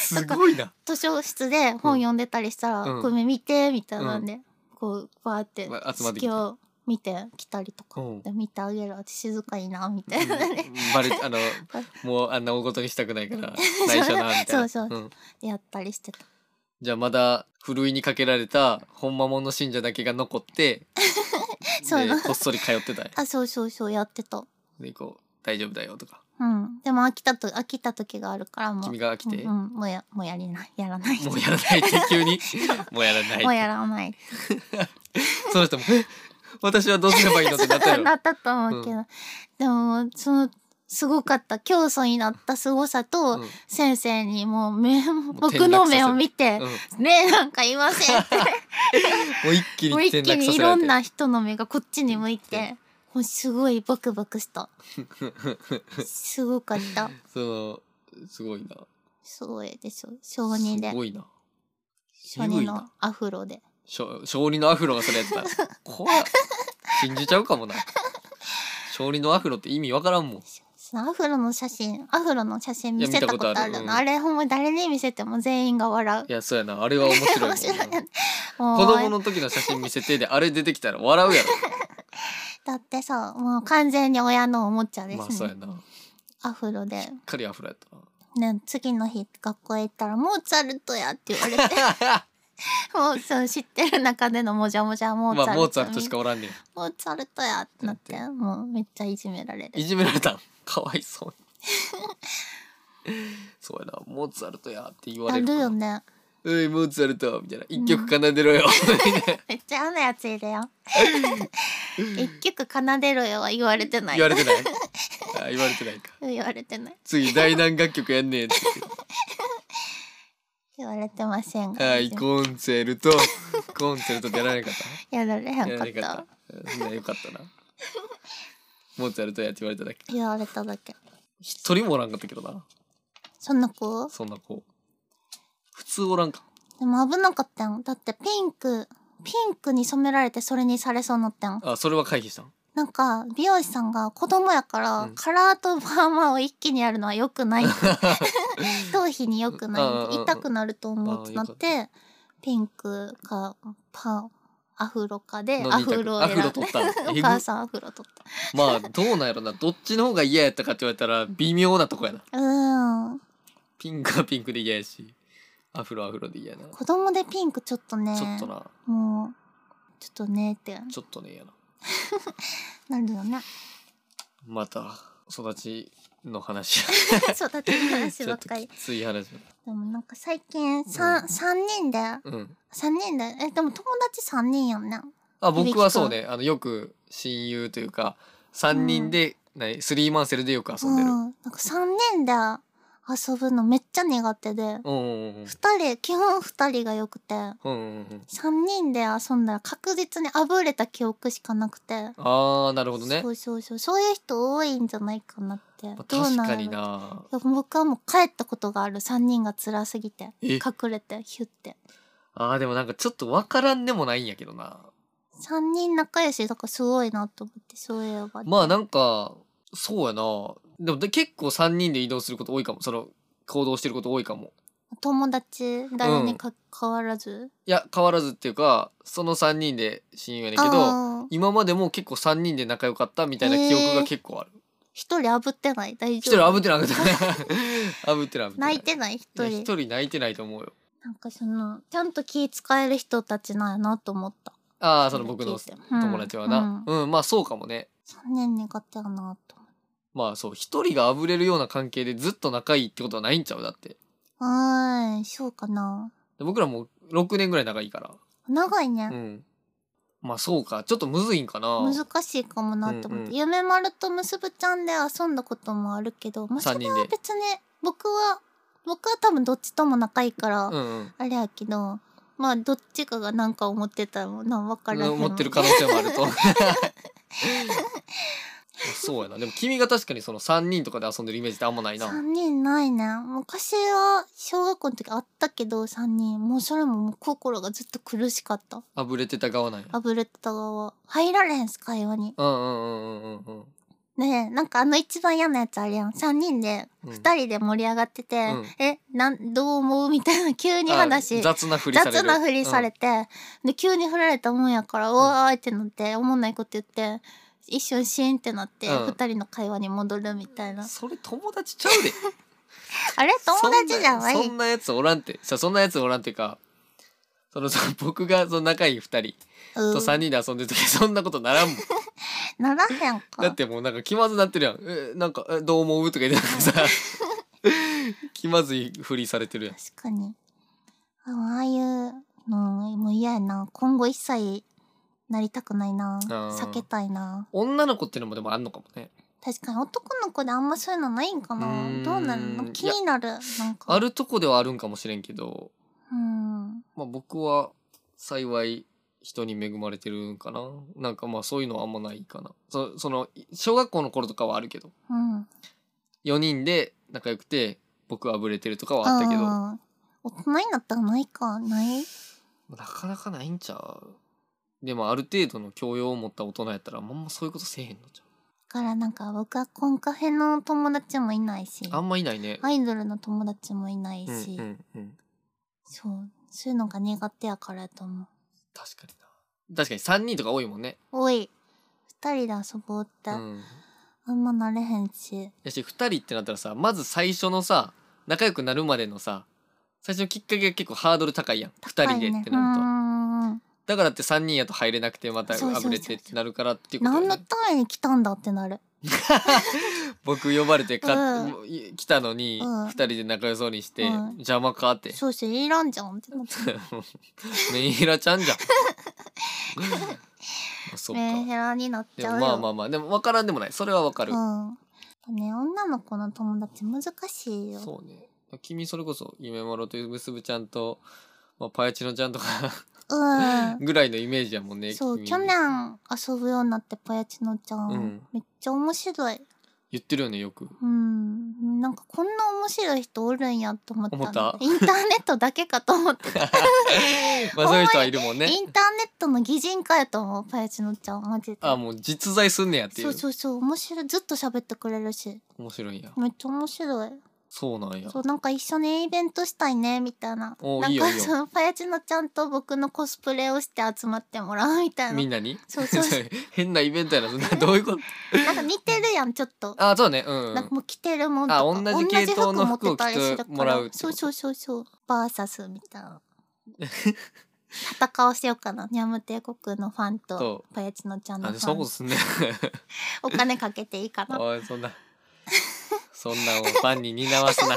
[SPEAKER 2] すごいな
[SPEAKER 1] 図書室で本読んでたりしたら「
[SPEAKER 2] うん
[SPEAKER 1] これ見て」みたいなんで、こうバーって
[SPEAKER 2] ま集まってきて
[SPEAKER 1] 月を見てきたりとか、
[SPEAKER 2] うん
[SPEAKER 1] で見てあげる私静かになみた
[SPEAKER 2] う
[SPEAKER 1] い
[SPEAKER 2] ん
[SPEAKER 1] なね、
[SPEAKER 2] バレ
[SPEAKER 1] <laughs>
[SPEAKER 2] あのもうあんな大ごとにしたくないから内緒なみたいな
[SPEAKER 1] そうそ
[SPEAKER 2] ん
[SPEAKER 1] <laughs> やったりしてた
[SPEAKER 2] じゃあまだふるいにかけられた本間もの信者だけが残って
[SPEAKER 1] <laughs> そう
[SPEAKER 2] でこっそり通ってたんや
[SPEAKER 1] あそうそうそうやってた
[SPEAKER 2] でこう大丈夫だよとか
[SPEAKER 1] うんでも飽きたと飽きた時があるからもう
[SPEAKER 2] 君が飽きて
[SPEAKER 1] うんうんもうやもうやりないやらない
[SPEAKER 2] もうやらないって急に <laughs> もうやらない
[SPEAKER 1] <laughs> もうやらない
[SPEAKER 2] その
[SPEAKER 1] <laughs>
[SPEAKER 2] 人もえ「私はどうすればいいの?」ってなったよ
[SPEAKER 1] なったと思うけど、でもそのすごかった教祖になったすごさと、
[SPEAKER 2] うん
[SPEAKER 1] 先生にもう目
[SPEAKER 2] う
[SPEAKER 1] 僕の目を見て
[SPEAKER 2] うんも
[SPEAKER 1] 「ねえなんかいません」って
[SPEAKER 2] う一気
[SPEAKER 1] もう
[SPEAKER 2] に
[SPEAKER 1] 一
[SPEAKER 2] 転
[SPEAKER 1] 気
[SPEAKER 2] 落さ
[SPEAKER 1] にい
[SPEAKER 2] せら
[SPEAKER 1] ろ
[SPEAKER 2] れて
[SPEAKER 1] んな人の目がこっちに向いてもうすごいバクバクした
[SPEAKER 2] <laughs>
[SPEAKER 1] すごかった
[SPEAKER 2] そのすごいな
[SPEAKER 1] すごいでしょ小児です
[SPEAKER 2] ごいな
[SPEAKER 1] 小児のアフロで
[SPEAKER 2] しょ小児のアフロがそれやったら怖
[SPEAKER 1] <laughs>
[SPEAKER 2] い信じちゃうかもな小児のアフロって意味わからんもん
[SPEAKER 1] そのアフロの写真アフロの写真見せたことある
[SPEAKER 2] いや見たことあるう
[SPEAKER 1] の
[SPEAKER 2] ん
[SPEAKER 1] あれほんま誰に見せても全員が笑う
[SPEAKER 2] いやそうやなあれは面白いもんな
[SPEAKER 1] <laughs> 面白いよね
[SPEAKER 2] 子
[SPEAKER 1] もう
[SPEAKER 2] 供の時の写真見せてであれ出てきたら笑うや
[SPEAKER 1] <laughs> だってさもう完全に親のおもちゃで
[SPEAKER 2] ろ
[SPEAKER 1] すね、
[SPEAKER 2] まあそうやなし
[SPEAKER 1] アフロで
[SPEAKER 2] っかりアフロやったな
[SPEAKER 1] ね次の日学校へ行ったら「モーツァルトや」って言われ
[SPEAKER 2] <laughs>
[SPEAKER 1] て <laughs> もうそう知ってる中でのもじゃもじゃモーツァルト、
[SPEAKER 2] まあモーツァルトしかおらんねん
[SPEAKER 1] モーツァルトやってなって
[SPEAKER 2] だ
[SPEAKER 1] もうめっちゃいじめられる
[SPEAKER 2] いじめられたんかわいそうに <laughs> そうやなモーツァルトやって言わ
[SPEAKER 1] あ
[SPEAKER 2] れる
[SPEAKER 1] る
[SPEAKER 2] から
[SPEAKER 1] よね
[SPEAKER 2] おいモーツァルトみたいな一曲奏でろよ、 <laughs> みたいな
[SPEAKER 1] めっちゃ嫌なやついる
[SPEAKER 2] <laughs>
[SPEAKER 1] よ一曲奏でろよは言われてない
[SPEAKER 2] 言われてないあ言われてないか
[SPEAKER 1] 言われてない
[SPEAKER 2] 次大難楽曲やんねんって
[SPEAKER 1] <laughs>
[SPEAKER 2] 言って
[SPEAKER 1] 言われてませんが
[SPEAKER 2] はいコンセルトコンセルトってやらなかっ
[SPEAKER 1] やられへ
[SPEAKER 2] たや
[SPEAKER 1] んからっ
[SPEAKER 2] なか
[SPEAKER 1] た
[SPEAKER 2] ったそんなよかったなモーツァルトやって言われただけ
[SPEAKER 1] 言われただけ
[SPEAKER 2] 一人もおらんかったけどな
[SPEAKER 1] そんな子
[SPEAKER 2] そんな子普通おらんか
[SPEAKER 1] でも危なかったんだってピンクピンクに染められてそれにされそうになったん
[SPEAKER 2] あそれは回避したん
[SPEAKER 1] なんか美容師さんが子供やから、
[SPEAKER 2] うん
[SPEAKER 1] カラーとパーマを一気にやるのは良くない
[SPEAKER 2] <laughs>
[SPEAKER 1] 頭皮に良く
[SPEAKER 2] あ
[SPEAKER 1] ない
[SPEAKER 2] ー
[SPEAKER 1] 痛くなると思うってなっ
[SPEAKER 2] あー
[SPEAKER 1] てピンクかパアフロかで
[SPEAKER 2] の
[SPEAKER 1] ア
[SPEAKER 2] 二択
[SPEAKER 1] フロを
[SPEAKER 2] ア
[SPEAKER 1] 選ん
[SPEAKER 2] フ
[SPEAKER 1] で
[SPEAKER 2] ロ取ったの
[SPEAKER 1] お母さんアフロ取っ
[SPEAKER 2] まあどうなんやろなどっちの方が嫌やったかって言われたら微妙なとこやな
[SPEAKER 1] たうーん
[SPEAKER 2] ピンクはピンクで嫌やしアフロはアフロで嫌やな
[SPEAKER 1] 子供でピンクちょっとね
[SPEAKER 2] ちょっとな
[SPEAKER 1] もうちょっとねって
[SPEAKER 2] ちょっとねやな
[SPEAKER 1] なる
[SPEAKER 2] <laughs>
[SPEAKER 1] よね
[SPEAKER 2] また育ちの話や
[SPEAKER 1] 育ての話
[SPEAKER 2] ちょ
[SPEAKER 1] ばっ
[SPEAKER 2] っと
[SPEAKER 1] か
[SPEAKER 2] き
[SPEAKER 1] り
[SPEAKER 2] つい話や
[SPEAKER 1] でもなんか最近三三人で
[SPEAKER 2] なうん
[SPEAKER 1] 三人でえでも友達三人やんね
[SPEAKER 2] あ僕はそうねあのよく親友というか3人で、何スリーマンセルでよく遊んでる、
[SPEAKER 1] う
[SPEAKER 2] うん
[SPEAKER 1] ん、なんか3年で遊ぶのめっちゃ苦手で、
[SPEAKER 2] うんうん
[SPEAKER 1] 二人基本2人がよくて3
[SPEAKER 2] うんうんうん、
[SPEAKER 1] 人で遊んだら確実にあぶれた記憶しかなくて、
[SPEAKER 2] あーなるほどね
[SPEAKER 1] そ、うそうそうそういう人多いんじゃないかなって、
[SPEAKER 2] まあ
[SPEAKER 1] どう
[SPEAKER 2] 確
[SPEAKER 1] なんや
[SPEAKER 2] か
[SPEAKER 1] ろ
[SPEAKER 2] にない
[SPEAKER 1] や僕はもう帰ったことがある3人が辛すぎて
[SPEAKER 2] え
[SPEAKER 1] 隠れてヒュって
[SPEAKER 2] あーでもなんかちょっとわからんでもないんやけどな
[SPEAKER 1] 3人仲良しだからすごいなと思ってそういえば、
[SPEAKER 2] まあなんかそうやなでもで結構3人で移動すること多いかもその行動してること多いかも
[SPEAKER 1] 友達誰にか、変わらず
[SPEAKER 2] いや変わらずっていうかその3人で親友やねんけど
[SPEAKER 1] あー
[SPEAKER 2] 今までも結構3人で仲良かったみたいな記憶が結構ある
[SPEAKER 1] 一人あぶってない大
[SPEAKER 2] 一
[SPEAKER 1] 丈夫
[SPEAKER 2] 人あぶってなかった <laughs> あぶってないあぶってない
[SPEAKER 1] 泣いてない一
[SPEAKER 2] いや
[SPEAKER 1] 人
[SPEAKER 2] 一人泣いてないと思うよ
[SPEAKER 1] なんかそのちゃんと気使える人たちなんやなと思った
[SPEAKER 2] ああその僕の
[SPEAKER 1] 聞いて
[SPEAKER 2] 友達はな
[SPEAKER 1] うん
[SPEAKER 2] うん、まあそうかもね
[SPEAKER 1] 3年苦手やなと思
[SPEAKER 2] まあそう一人があぶれるような関係でずっと仲いいってことはないんちゃうだって
[SPEAKER 1] うはーいそうかな
[SPEAKER 2] で僕らもう6年ぐらい仲いいか
[SPEAKER 1] 長い
[SPEAKER 2] ら
[SPEAKER 1] ね、
[SPEAKER 2] うんまあそうかちょっとむずいんかな
[SPEAKER 1] 難しいかもなと思って、
[SPEAKER 2] うんうん
[SPEAKER 1] 夢丸とむすぶちゃんで遊んだこともあるけどまあそ
[SPEAKER 2] 三
[SPEAKER 1] れ
[SPEAKER 2] 人
[SPEAKER 1] は
[SPEAKER 2] で
[SPEAKER 1] 別に僕は僕は多分どっちとも仲いいから、
[SPEAKER 2] うんうん
[SPEAKER 1] あれやけどまあどっちかがなんか思ってたらもうなん分からへん
[SPEAKER 2] 思ってる可能性も
[SPEAKER 1] <laughs>
[SPEAKER 2] あるとそうやなでも君が確かにその3人とかで遊んでるイメージってあんまないな
[SPEAKER 1] 3人ないね昔は小学校の時あったけど3人もうそれももう心がずっと苦しかった
[SPEAKER 2] あぶれてた側なんや
[SPEAKER 1] あぶれてた側入られへんす会話に
[SPEAKER 2] うんうんうんうんうん
[SPEAKER 1] ねえなんかあの一番嫌なやつあるやん3人で
[SPEAKER 2] うん
[SPEAKER 1] 2人で盛り上がってて「
[SPEAKER 2] うん
[SPEAKER 1] えなんどう思う?」みたいな急に
[SPEAKER 2] あ
[SPEAKER 1] 話
[SPEAKER 2] 雑なふりされる
[SPEAKER 1] 雑なふりされ
[SPEAKER 2] て、
[SPEAKER 1] て、で急に振られたもんやから「おーい」ってなって思んないこと言って一瞬シーンってなって
[SPEAKER 2] うん
[SPEAKER 1] 2人の会話に戻るみたいな、
[SPEAKER 2] うんそれ友達ちゃうで
[SPEAKER 1] あれ友達じゃな
[SPEAKER 2] そんないそんなやつおらんってさそんなやつおらんっていうかそのその僕がその仲いい2人
[SPEAKER 1] う
[SPEAKER 2] と3
[SPEAKER 1] ん
[SPEAKER 2] 人で遊んでる時そんなことならん
[SPEAKER 1] <laughs>
[SPEAKER 2] もん
[SPEAKER 1] ならへんか
[SPEAKER 2] だってもうなんか気まずなってるやんえなんかえどう思うとか言ってなん
[SPEAKER 1] <laughs>
[SPEAKER 2] かさ気まずいふりされてるやん
[SPEAKER 1] 確かにあああいうのもう嫌やな今後一切なりたくないな
[SPEAKER 2] あー
[SPEAKER 1] 避けたいな
[SPEAKER 2] 女の子ってのもでもあんのかもね
[SPEAKER 1] 確かに男の子であんまそういうのないんかな
[SPEAKER 2] うーん
[SPEAKER 1] どうなる
[SPEAKER 2] い
[SPEAKER 1] の
[SPEAKER 2] や
[SPEAKER 1] 気になるなんか
[SPEAKER 2] あるとこではあるんかもしれんけど、
[SPEAKER 1] うん
[SPEAKER 2] まあ、僕は幸い人に恵まれてるんかななんかまあそういうのはあんまないかなそその小学校の頃とかはあるけど
[SPEAKER 1] うん
[SPEAKER 2] 4人で仲良くて僕はぶれてるとかはあったけどな
[SPEAKER 1] あー大人になったらないかない
[SPEAKER 2] かなかないんちゃうでもある程度の教養を持った大人やったらあんまそういうことせえへんのちゃ
[SPEAKER 1] だからなんか僕はコンカフェの友達もいないし
[SPEAKER 2] うあんまいないね、
[SPEAKER 1] アイドルの友達もいない
[SPEAKER 2] うん
[SPEAKER 1] し、
[SPEAKER 2] うんうん
[SPEAKER 1] そうそういうのが苦手やからやと思う
[SPEAKER 2] 確かにな確かに3人とか多いもんね
[SPEAKER 1] おい二人で遊ぼうって、
[SPEAKER 2] うん
[SPEAKER 1] あんまなれへんし
[SPEAKER 2] やし2人ってなったらさまず最初のさ仲良くなるまでのさ最初のきっかけが結構ハードル高いやん2人でってなると、
[SPEAKER 1] な
[SPEAKER 2] だからって3人やと入れなくてまた
[SPEAKER 1] そうそ
[SPEAKER 2] あ
[SPEAKER 1] うそう
[SPEAKER 2] ぶれてってなるからっていうこと
[SPEAKER 1] 何
[SPEAKER 2] よ
[SPEAKER 1] の
[SPEAKER 2] ね
[SPEAKER 1] ために来たんだってなる
[SPEAKER 2] 僕呼ばれてか、
[SPEAKER 1] うん
[SPEAKER 2] もうい来たのに
[SPEAKER 1] うん
[SPEAKER 2] 2人で仲良そうにして
[SPEAKER 1] うん
[SPEAKER 2] 邪魔かって
[SPEAKER 1] そうそういらんじゃんってなって
[SPEAKER 2] メンヘラちゃんじ
[SPEAKER 1] <laughs>
[SPEAKER 2] ゃんまあそっか
[SPEAKER 1] メンヘラになっち
[SPEAKER 2] で
[SPEAKER 1] ゃ
[SPEAKER 2] も
[SPEAKER 1] うよ
[SPEAKER 2] まあまあまあでも分からんでもないそれは分かる、
[SPEAKER 1] うんね女の子の友達難しいよ
[SPEAKER 2] そうね君それこそ夢まろという結ぶちゃんと、まあ、パヤチノちゃんとか
[SPEAKER 1] うん
[SPEAKER 2] ぐらいのイメージやもん <laughs> ね。
[SPEAKER 1] そう
[SPEAKER 2] 君
[SPEAKER 1] 去年遊ぶようになってぽやちのちゃん、
[SPEAKER 2] うん
[SPEAKER 1] めっちゃ面白い
[SPEAKER 2] 言ってるよねよく。
[SPEAKER 1] うんなんかこんな面白い人おるんやと思ったの
[SPEAKER 2] 思った
[SPEAKER 1] インターネットだけかと思ってた、
[SPEAKER 2] まあそういう人はいる <laughs> もんね。
[SPEAKER 1] インターネットの擬人化やと思うぽやちのちゃんマジで
[SPEAKER 2] あもう実在すんねやっていう。
[SPEAKER 1] そうそうそう面白いずっと喋ってくれるし
[SPEAKER 2] 面白いんや。
[SPEAKER 1] めっちゃ面白い
[SPEAKER 2] そうなんや。
[SPEAKER 1] そうなんか一緒にイベントしたいねみたいな
[SPEAKER 2] おー
[SPEAKER 1] なん
[SPEAKER 2] いいよ
[SPEAKER 1] か
[SPEAKER 2] いいよ
[SPEAKER 1] そのパヤチのちゃんと僕のコスプレをして集まってもらうみたい
[SPEAKER 2] みん
[SPEAKER 1] な
[SPEAKER 2] なに。
[SPEAKER 1] そうそうそ
[SPEAKER 2] <laughs> 変なイベントやな。そんなどういうこと。
[SPEAKER 1] なんか似てるやんちょっと
[SPEAKER 2] あそうだね。うんう
[SPEAKER 1] なんか
[SPEAKER 2] ん。
[SPEAKER 1] もう着てるもんとか
[SPEAKER 2] あ同じ系統の服を着てもらうってこと
[SPEAKER 1] そうそうそうそうバーサスみたい
[SPEAKER 2] <laughs>
[SPEAKER 1] な戦わせようかなニャム帝国のファンと
[SPEAKER 2] そ
[SPEAKER 1] パヤチのちゃんの
[SPEAKER 2] あ
[SPEAKER 1] フ
[SPEAKER 2] でそんな
[SPEAKER 1] ァ
[SPEAKER 2] こと
[SPEAKER 1] ン
[SPEAKER 2] すんね。
[SPEAKER 1] お金かけていいかな
[SPEAKER 2] <laughs> おいそんな。そんなんをファンに担わすな。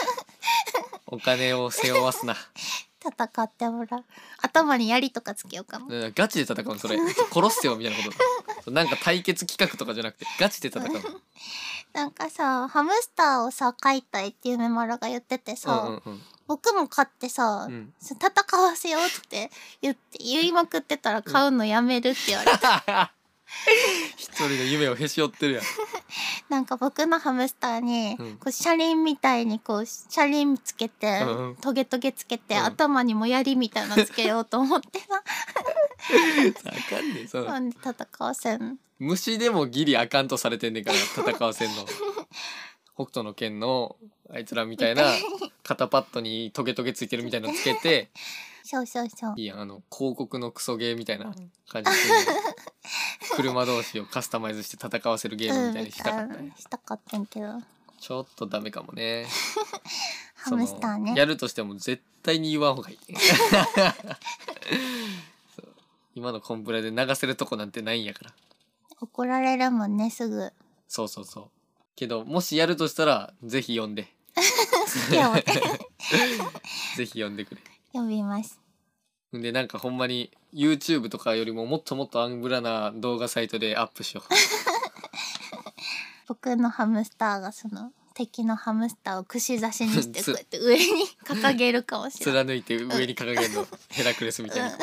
[SPEAKER 2] お金を背負わすな。
[SPEAKER 1] 戦ってもらう頭に槍とかつけようかな
[SPEAKER 2] うんガチで戦うのそれ。殺すよみたいなことそう。なんか対決企画とかじゃなくてガチで戦うの。
[SPEAKER 1] なんかさハムスターをさ飼いたいっていうメマラが言っててさ、
[SPEAKER 2] うんうん <laughs>
[SPEAKER 1] 僕も飼ってさ、
[SPEAKER 2] うん。うん。
[SPEAKER 1] 戦わせようって言って言いまくってたら飼うのやめるって言
[SPEAKER 2] <laughs>
[SPEAKER 1] われて、
[SPEAKER 2] 一人の夢をへし折ってるやん。
[SPEAKER 1] なんか僕のハムスターに、
[SPEAKER 2] うん
[SPEAKER 1] こう車輪みたいにこう車輪つけて、
[SPEAKER 2] うんうん
[SPEAKER 1] トゲトゲつけて、
[SPEAKER 2] うん
[SPEAKER 1] 頭にも槍みたいなのつけようと思ってな
[SPEAKER 2] あかんねんその
[SPEAKER 1] なんで戦わせん
[SPEAKER 2] 虫でもギリあかんとされてんねんから戦わせんの。北斗の剣のあいつらみたいな肩パッドにトゲトゲついてるみたいなのつけて
[SPEAKER 1] そうそうそう
[SPEAKER 2] いいやんあの広告のクソゲーみたいな感じでする車同士をカスタマイズして戦わせるゲームみたいにしたかったんや
[SPEAKER 1] したかったんけど
[SPEAKER 2] ちょっとダメかもね
[SPEAKER 1] ハムスター
[SPEAKER 2] その
[SPEAKER 1] ね
[SPEAKER 2] やるとしても絶対に言わん方がいいそう今のコンプラで流せるとこなんてないんやから
[SPEAKER 1] 怒られるもんねす
[SPEAKER 2] <laughs>
[SPEAKER 1] ぐ
[SPEAKER 2] そうそうそうけどもしやるとしたらぜひ呼んで
[SPEAKER 1] 好きよ
[SPEAKER 2] ぜひ呼んでくれ
[SPEAKER 1] 呼びます
[SPEAKER 2] んでなんかほんまに YouTube とかよりももっともっとアングラな動画サイトでアップしよ
[SPEAKER 1] 僕のハムスターがその敵のハムスターを串刺しに
[SPEAKER 2] <laughs>
[SPEAKER 1] してこうやって上に掲げるかも
[SPEAKER 2] う
[SPEAKER 1] しれない
[SPEAKER 2] 貫いて上に掲げるのヘラクレスみたいな、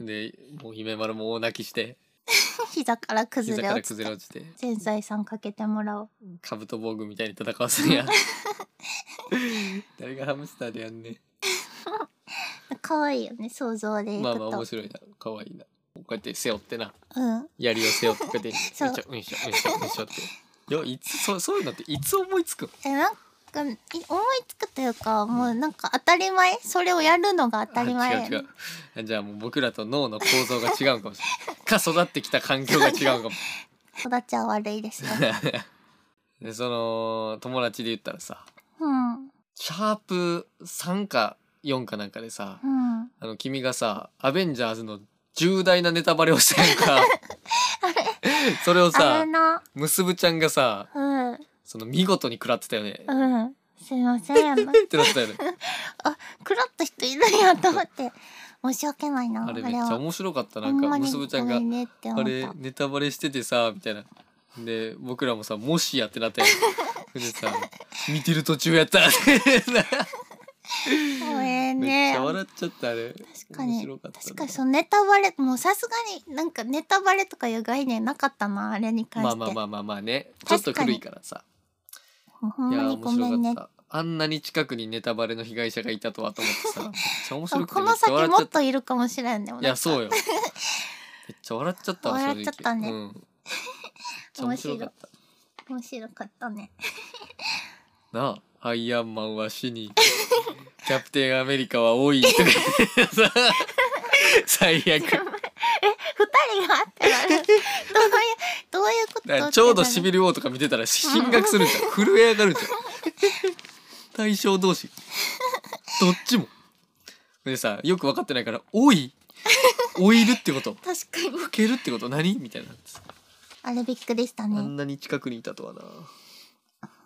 [SPEAKER 2] でもう姫丸も大泣きして
[SPEAKER 1] <laughs> 膝から崩
[SPEAKER 2] 膝
[SPEAKER 1] れ
[SPEAKER 2] から
[SPEAKER 1] 落ち
[SPEAKER 2] 崩
[SPEAKER 1] て
[SPEAKER 2] れ落ちて
[SPEAKER 1] 全財産かけてもらおう
[SPEAKER 2] カブト防具みたいに戦わせる
[SPEAKER 1] <laughs>
[SPEAKER 2] やん誰がハムスターでやんねん
[SPEAKER 1] 可愛いよね想像でいくと、
[SPEAKER 2] まあまあ面白いな可愛いなこうやって背負ってな
[SPEAKER 1] うん
[SPEAKER 2] 槍を背負ってこうやって
[SPEAKER 1] <laughs> そう
[SPEAKER 2] うんしょうんしょうんしょうんしょっていやいつそうそういうのっていつ思いつくの
[SPEAKER 1] えなんかい思いつくというかもうなんか当たり前それをやるのが当たり前
[SPEAKER 2] あ違う違うあじゃあもう僕らと脳の構造が違うかもしれないか育ってきた環境が違うかも <laughs>
[SPEAKER 1] 育ちは悪いですよ
[SPEAKER 2] でその友達で言ったらさ
[SPEAKER 1] うんうん
[SPEAKER 2] シャープ3か4かなんかでさあの君がさ「アベンジャーズ」の重大なネタバレをしたや
[SPEAKER 1] <laughs>
[SPEAKER 2] んかそれを
[SPEAKER 1] あ
[SPEAKER 2] さ
[SPEAKER 1] れな
[SPEAKER 2] むすぶちゃんがさ
[SPEAKER 1] うんう
[SPEAKER 2] その見事に食らってたよね。
[SPEAKER 1] んすいませんやな
[SPEAKER 2] ってなってたよね。
[SPEAKER 1] クラッと人いるんやと思って申し訳ないな
[SPEAKER 2] あ
[SPEAKER 1] <laughs> あれ
[SPEAKER 2] れめっちゃ
[SPEAKER 1] は
[SPEAKER 2] 面白かっ
[SPEAKER 1] ほ
[SPEAKER 2] たなん
[SPEAKER 1] ん
[SPEAKER 2] か
[SPEAKER 1] まに
[SPEAKER 2] むすぶちゃんが
[SPEAKER 1] ごめねって
[SPEAKER 2] 「あ
[SPEAKER 1] 思っ
[SPEAKER 2] れ
[SPEAKER 1] た
[SPEAKER 2] ネタバレしててさ」みたいな「で僕らもさ「もしや」っ
[SPEAKER 1] <laughs>
[SPEAKER 2] てなってでさ「見てる途中やった」
[SPEAKER 1] そうえ
[SPEAKER 2] <laughs> めっ
[SPEAKER 1] ね
[SPEAKER 2] ちゃ笑っちゃったあれ
[SPEAKER 1] 確か
[SPEAKER 2] 面
[SPEAKER 1] に
[SPEAKER 2] 白かったな
[SPEAKER 1] 確かにそのネタバレもうさすがになんかネタバレとかいう概念なかったなあれに関
[SPEAKER 2] ま
[SPEAKER 1] し
[SPEAKER 2] あ
[SPEAKER 1] て、
[SPEAKER 2] まあまあまあまあねちょっ
[SPEAKER 1] 確か
[SPEAKER 2] と
[SPEAKER 1] に
[SPEAKER 2] 古いからさ
[SPEAKER 1] ほん
[SPEAKER 2] い
[SPEAKER 1] ま
[SPEAKER 2] や
[SPEAKER 1] に
[SPEAKER 2] 面
[SPEAKER 1] ごめん
[SPEAKER 2] 白かっ
[SPEAKER 1] ね
[SPEAKER 2] たあんなに近くにネタバレの被害者がいたとはと
[SPEAKER 1] <laughs>
[SPEAKER 2] 思ってさめっちゃ面白くて
[SPEAKER 1] こ
[SPEAKER 2] めっ
[SPEAKER 1] の
[SPEAKER 2] ちゃ
[SPEAKER 1] 先
[SPEAKER 2] 笑っ
[SPEAKER 1] も
[SPEAKER 2] ちゃ
[SPEAKER 1] っ
[SPEAKER 2] った
[SPEAKER 1] といるかもしれんでも
[SPEAKER 2] いやそ
[SPEAKER 1] <laughs>
[SPEAKER 2] うよめっちゃ笑っちゃったわ正直
[SPEAKER 1] 笑っちゃったね
[SPEAKER 2] うん、めっちゃ面白かった
[SPEAKER 1] 面白かったね
[SPEAKER 2] なあアイアンマンは
[SPEAKER 1] <laughs>
[SPEAKER 2] 死にキャプテンアメリカは多いとか言って
[SPEAKER 1] <laughs>
[SPEAKER 2] さ最悪
[SPEAKER 1] 二人があったらどういうどういうこと
[SPEAKER 2] だからちょうどし
[SPEAKER 1] る
[SPEAKER 2] びれ王とか見てたら進学するんじ <laughs> ゃん震え上がるんじゃん対象同士どっちもでさよく分かってないから「老い」「老いるってこと
[SPEAKER 1] 確かに
[SPEAKER 2] 老けるってこと何?」みたいな
[SPEAKER 1] あれびっくりした
[SPEAKER 2] あ
[SPEAKER 1] ね
[SPEAKER 2] んなに近くにいたとはな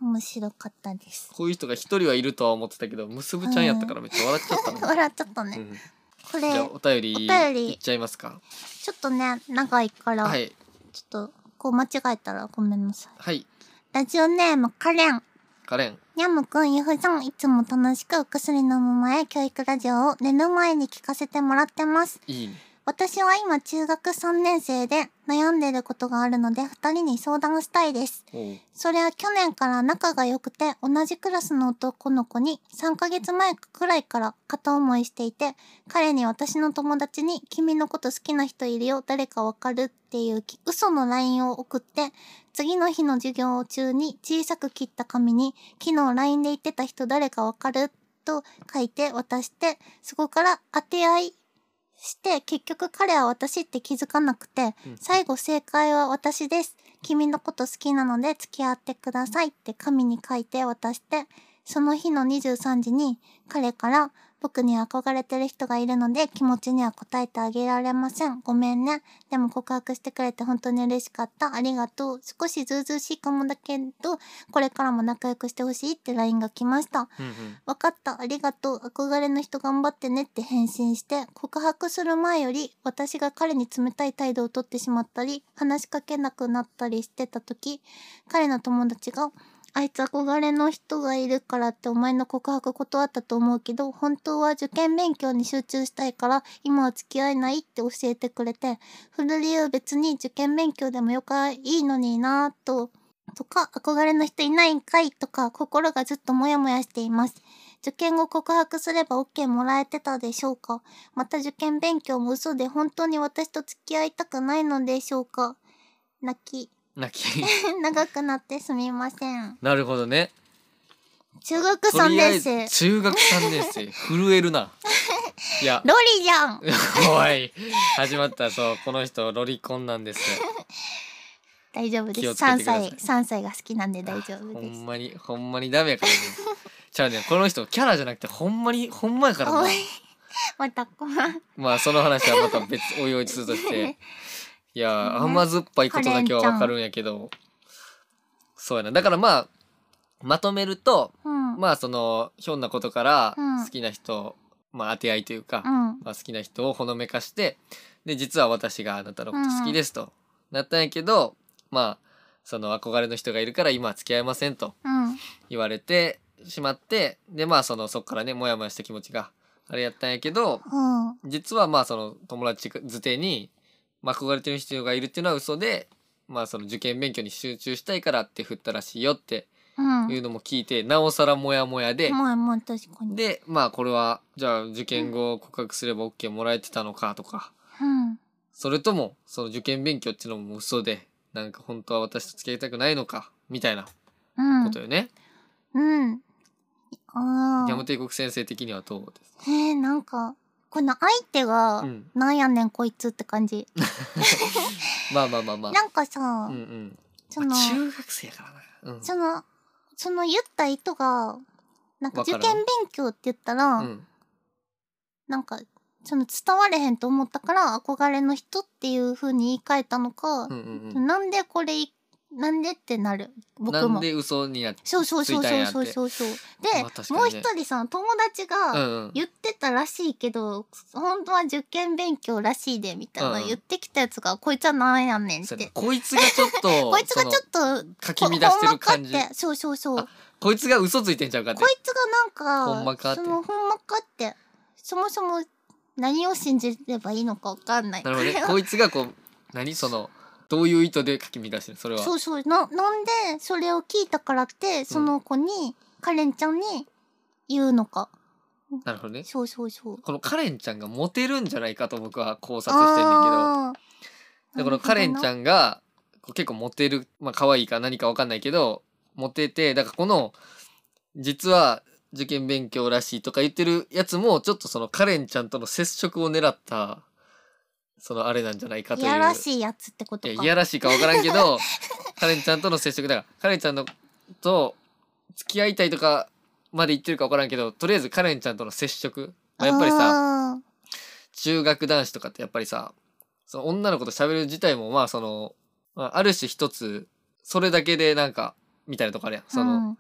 [SPEAKER 1] 面白かったです
[SPEAKER 2] こういう人が一人はいるとは思ってたけどむすぶちゃんやったからめっちゃ笑っちゃったな、
[SPEAKER 1] 笑っちゃったね、
[SPEAKER 2] うん、
[SPEAKER 1] これ
[SPEAKER 2] じゃあお便り
[SPEAKER 1] お便り
[SPEAKER 2] いっちゃいますか
[SPEAKER 1] ちょっとね長いから、
[SPEAKER 2] はい
[SPEAKER 1] ちょっとこう間違えたらごめんなさい
[SPEAKER 2] はい
[SPEAKER 1] ラジオネームカレン
[SPEAKER 2] カレン
[SPEAKER 1] にゃむくん、ゆふさん、いつも楽しくお薬飲む前、教育ラジオを寝る前に聞かせてもらってます。
[SPEAKER 2] いいね
[SPEAKER 1] 私は今中学3年生で悩んでることがあるので、二人に相談したいです。
[SPEAKER 2] おう
[SPEAKER 1] それは去年から仲が良くて、同じクラスの男の子に3ヶ月前くらいから片思いしていて、彼に私の友達に君のこと好きな人いるよ、誰かわかるっていうき嘘の LINE を送って、次の日の授業中に小さく切った紙に、昨日 LINE で言ってた人誰かわかると書いて渡して、そこから当て合いして、結局彼は私って気づかなくて、
[SPEAKER 2] うん
[SPEAKER 1] 最後正解は私です。君のこと好きなので付き合ってくださいって紙に書いて渡して、その日の23時に彼から僕に憧れてる人がいるので気持ちには応えてあげられません。ごめんね。でも告白してくれて本当に嬉しかった。ありがとう。少しずうずうしいかもだけど、これからも仲良くしてほしいって LINE が来ました。
[SPEAKER 2] うんうん
[SPEAKER 1] わかった、ありがとう、憧れの人頑張ってねって返信して、告白する前より、私が彼に冷たい態度をとってしまったり、話しかけなくなったりしてた時、彼の友達が、あいつ憧れの人がいるからってお前の告白断ったと思うけど、本当は受験勉強に集中したいから、今は付き合えないって教えてくれて、振る理由別に受験勉強でもよかいいのになぁと、とか、憧れの人いないんかいとか、心がずっとモヤモヤしています。受験後告白すれば OK もらえてたでしょうかまた受験勉強も嘘で本当に私と付き合いたくないのでしょうか泣き。 <laughs>
[SPEAKER 2] 泣き <laughs>
[SPEAKER 1] 長くなってすみません。
[SPEAKER 2] なるほどね
[SPEAKER 1] 中学
[SPEAKER 2] と
[SPEAKER 1] 3
[SPEAKER 2] りあえ
[SPEAKER 1] 年
[SPEAKER 2] ず
[SPEAKER 1] 生。
[SPEAKER 2] 中学3年生震え
[SPEAKER 1] <laughs>
[SPEAKER 2] るないや
[SPEAKER 1] ロリじゃん
[SPEAKER 2] おい始まったそうこの人ロリコンなんです
[SPEAKER 1] 大丈夫で
[SPEAKER 2] 気
[SPEAKER 1] す。
[SPEAKER 2] をつけて
[SPEAKER 1] 3
[SPEAKER 2] ください
[SPEAKER 1] 歳、3歳が好きなんで大丈夫
[SPEAKER 2] ほ
[SPEAKER 1] です
[SPEAKER 2] ん。まにほんまにダメやからねじゃあねこの人キャラじゃなくてほんまにほんまやからな
[SPEAKER 1] おいまたこま、
[SPEAKER 2] まあその話はまた別おいおいするとしていや甘酸っぱいことだけはわかるんやけどそうやなだからまあまとめると
[SPEAKER 1] <laughs> うん。
[SPEAKER 2] まあそのひょんなことから
[SPEAKER 1] うん
[SPEAKER 2] 好きな人、まあ当て合いというか、
[SPEAKER 1] うん。
[SPEAKER 2] まあ、好きな人をほのめかしてで実は私があなたのこと好きですと、なったんやけどまあその憧れの人がいるから今は付き合えませんと
[SPEAKER 1] うん。
[SPEAKER 2] 言われてしまってでまあそのそっからねモヤモヤした気持ちがあれやったんやけど
[SPEAKER 1] うん。
[SPEAKER 2] 実はまあその友達づてに、まあ、憧れてる人がいるっていうのは嘘でまあその受験勉強に集中したいからって振ったらしいよって
[SPEAKER 1] うん。
[SPEAKER 2] いうのも聞いてなおさらモヤモヤで。
[SPEAKER 1] もう、もう確かに。
[SPEAKER 2] でまあこれはじゃあ受験後告白すれば OK もらえてたのかとか
[SPEAKER 1] うん。
[SPEAKER 2] それともその受験勉強っていうのも嘘でなんか本当は私と付き合いたくないのかみたいな
[SPEAKER 1] う
[SPEAKER 2] こ
[SPEAKER 1] ん
[SPEAKER 2] と。よね、
[SPEAKER 1] うん。あ
[SPEAKER 2] ジャ
[SPEAKER 1] あ
[SPEAKER 2] ム。帝国先生的にはどうです
[SPEAKER 1] えー、なんか、この相手が、
[SPEAKER 2] うん
[SPEAKER 1] なんやねんこいつって感じ。
[SPEAKER 2] まあまあまあまあ
[SPEAKER 1] なんかさ、
[SPEAKER 2] うんうん
[SPEAKER 1] その
[SPEAKER 2] まあ、中学生やからなうん
[SPEAKER 1] その、その言った意図が、なんか
[SPEAKER 2] わ
[SPEAKER 1] 受
[SPEAKER 2] からん
[SPEAKER 1] 験勉強って言ったら、
[SPEAKER 2] うん
[SPEAKER 1] なんか、その伝われへんと思ったから憧れの人っていう風に言い換えたのか
[SPEAKER 2] う、んうんうん
[SPEAKER 1] なんでこれなんでってなる
[SPEAKER 2] な
[SPEAKER 1] 僕
[SPEAKER 2] ん
[SPEAKER 1] も
[SPEAKER 2] で嘘になっ
[SPEAKER 1] そうそうそう
[SPEAKER 2] ついたん
[SPEAKER 1] そう
[SPEAKER 2] やって
[SPEAKER 1] そうそうそうで、
[SPEAKER 2] まあ確かにね
[SPEAKER 1] もう一人さ友達
[SPEAKER 2] う
[SPEAKER 1] が
[SPEAKER 2] んうん
[SPEAKER 1] 言ってたらしいけど、本当は受験勉強らしいでみたいな
[SPEAKER 2] うん
[SPEAKER 1] 言ってきたやつが、こいつはなんやねんっ
[SPEAKER 2] そう
[SPEAKER 1] て
[SPEAKER 2] やなこいつがちょっと
[SPEAKER 1] <laughs> こいつがちょ
[SPEAKER 2] その
[SPEAKER 1] っと
[SPEAKER 2] かき乱してる感じ
[SPEAKER 1] ほんまかってそうそうそう
[SPEAKER 2] あこいつが嘘ついてんちゃうかって
[SPEAKER 1] こいつがなんか
[SPEAKER 2] ほんまかって
[SPEAKER 1] そのほんまかってそもそも何を信じればいいのかわかんない
[SPEAKER 2] なるほどね
[SPEAKER 1] これは
[SPEAKER 2] こいつがこう何そのどういう意図でかき乱してるそれは
[SPEAKER 1] そうそうななんでそれを聞いたからってその子に、カレンちゃんに言うのか
[SPEAKER 2] なるほどね
[SPEAKER 1] そうそうそう
[SPEAKER 2] このカレンちゃんがモテるんじゃないかと僕は考察してんねんけどでこのカレンち
[SPEAKER 1] ん
[SPEAKER 2] ゃんがこう結構モテるまあ可愛いか何か分かんないけどモテてだからこの実は受験勉強らしいとか言ってるやつもちょっとそのカレンちゃんとの接触を狙ったそのあれなんじゃないかと
[SPEAKER 1] い
[SPEAKER 2] いう
[SPEAKER 1] やらしいやつってこと
[SPEAKER 2] いや
[SPEAKER 1] か
[SPEAKER 2] いやらしいか分からんけどカレンちゃんとの接触だからカレンちゃんのと付き合いたいとかまで言ってるか分からんけどとりあえずカレンちゃんとの接触、まあ、やっぱりさ
[SPEAKER 1] さ
[SPEAKER 2] 中学男子とかってやっぱりさその女の子と喋る自体もまあその、まあ、ある種一つそれだけでなんかみたいなとこあるやんその、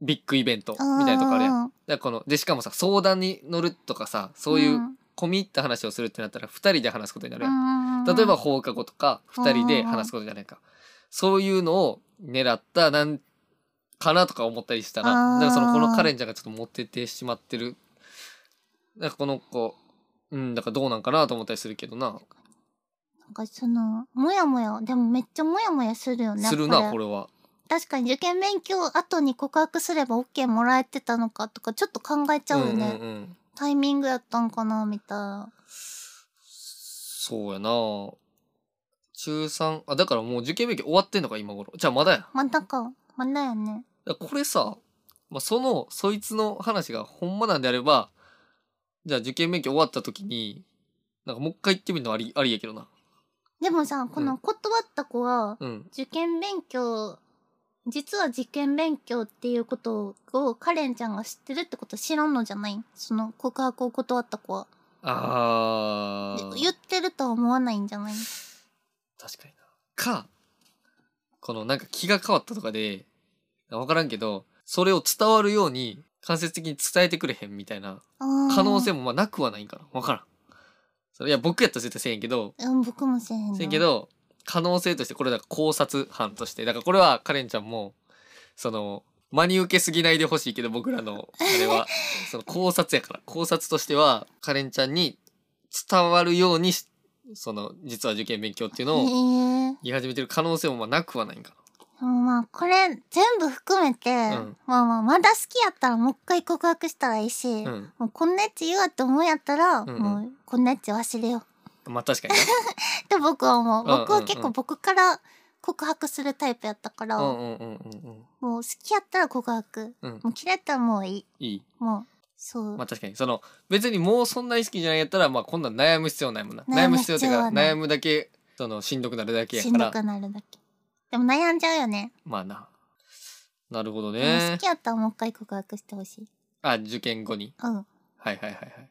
[SPEAKER 2] ビッグイベントみたいなとこあるやん、
[SPEAKER 1] ん
[SPEAKER 2] だからこのでしかもさ相談に乗るとかさそういう
[SPEAKER 1] うん
[SPEAKER 2] 込み入った話をするってなったら2人で話すことになるやん、
[SPEAKER 1] うん
[SPEAKER 2] 例えば放課後とか2人で話すことじゃないか、そういうのを狙ったなんかなとか思ったりしたら
[SPEAKER 1] あー
[SPEAKER 2] だからそのこのカレンちゃんがちょっと持っててしまってるなんかこの子うんだからどうなんかなと思ったりするけどな、
[SPEAKER 1] なんかそのもやもやでもめっちゃもやもやするよね
[SPEAKER 2] する
[SPEAKER 1] これ
[SPEAKER 2] なこれは
[SPEAKER 1] 確かに受験勉強後に告白すれば OK もらえてたのかとかちょっと考えちゃうよね、
[SPEAKER 2] んうんうん、
[SPEAKER 1] タイミングやったんかなみたいな
[SPEAKER 2] そうやな中3あだからもう受験勉強終わってんのか今頃じゃあまだやだか
[SPEAKER 1] まあなんかまあなんやね
[SPEAKER 2] らこれさ、まあ、そのそいつの話がほんまなんであればじゃあ受験勉強終わった時になんかもう一回行ってみるのありありやけどな
[SPEAKER 1] でもさこ
[SPEAKER 2] うん
[SPEAKER 1] の断った子は
[SPEAKER 2] うん
[SPEAKER 1] 受験勉強実は受験勉強っていうことをカレンちゃんが知ってるってこと知らんのじゃないその告白を断った子は
[SPEAKER 2] あ
[SPEAKER 1] で
[SPEAKER 2] ー
[SPEAKER 1] 言ってるとは思わないんじゃない
[SPEAKER 2] 確かになかこのなんか気が変わったとかで分からんけどそれを伝わるように間接的に伝えてくれへんみたいな可能性
[SPEAKER 1] も
[SPEAKER 2] もまあなくはないんかな分からんそれいや僕やったら絶対せえへんけど
[SPEAKER 1] うん僕もせえへんな
[SPEAKER 2] せえけど可能性としてこれだから考察班としてだからこれはカレンちゃんもその真に受けすぎないでほしいけど僕らのあれ <laughs> はその考察やから考察としてはカレンちゃんに伝わるようにしその実は受験勉強っていうのを
[SPEAKER 1] へえ
[SPEAKER 2] 言い始めてる可能性もまあなくはないんか
[SPEAKER 1] でもまあこれ全部含めて、
[SPEAKER 2] ん
[SPEAKER 1] まあまあまだ好きやったらもう一回告白したらいいし、
[SPEAKER 2] な。うん。
[SPEAKER 1] もうこんなやつ言うわって思うんやったら、
[SPEAKER 2] んうん
[SPEAKER 1] もうこんなやつ忘れよう
[SPEAKER 2] まあ確 <laughs> かに
[SPEAKER 1] って僕は思う。
[SPEAKER 2] うんうんうん
[SPEAKER 1] 僕は結構僕から告白するタイプやったから、
[SPEAKER 2] な。うんうんうんうん
[SPEAKER 1] もう好きやったら告白。
[SPEAKER 2] うん。うん。
[SPEAKER 1] もう嫌いやったらもういい。
[SPEAKER 2] いい。
[SPEAKER 1] もう、そう。
[SPEAKER 2] まあ確かに。その別にもうそんなに好きじゃないやったらまあこんなん悩む必要ないもんな。
[SPEAKER 1] 悩
[SPEAKER 2] 悩
[SPEAKER 1] む
[SPEAKER 2] む
[SPEAKER 1] 必
[SPEAKER 2] 必
[SPEAKER 1] 要
[SPEAKER 2] 要
[SPEAKER 1] は
[SPEAKER 2] っ
[SPEAKER 1] な
[SPEAKER 2] て
[SPEAKER 1] い
[SPEAKER 2] いうか悩むだけそのしんどくなるだけや
[SPEAKER 1] し
[SPEAKER 2] か
[SPEAKER 1] んど
[SPEAKER 2] ら。
[SPEAKER 1] くなるだけ。でも悩んじゃうよね。
[SPEAKER 2] まあな。なるほど
[SPEAKER 1] でも好
[SPEAKER 2] ね
[SPEAKER 1] き。やったらもう一回告白してほしい。
[SPEAKER 2] あ受験後に。
[SPEAKER 1] うん。
[SPEAKER 2] はいはいはい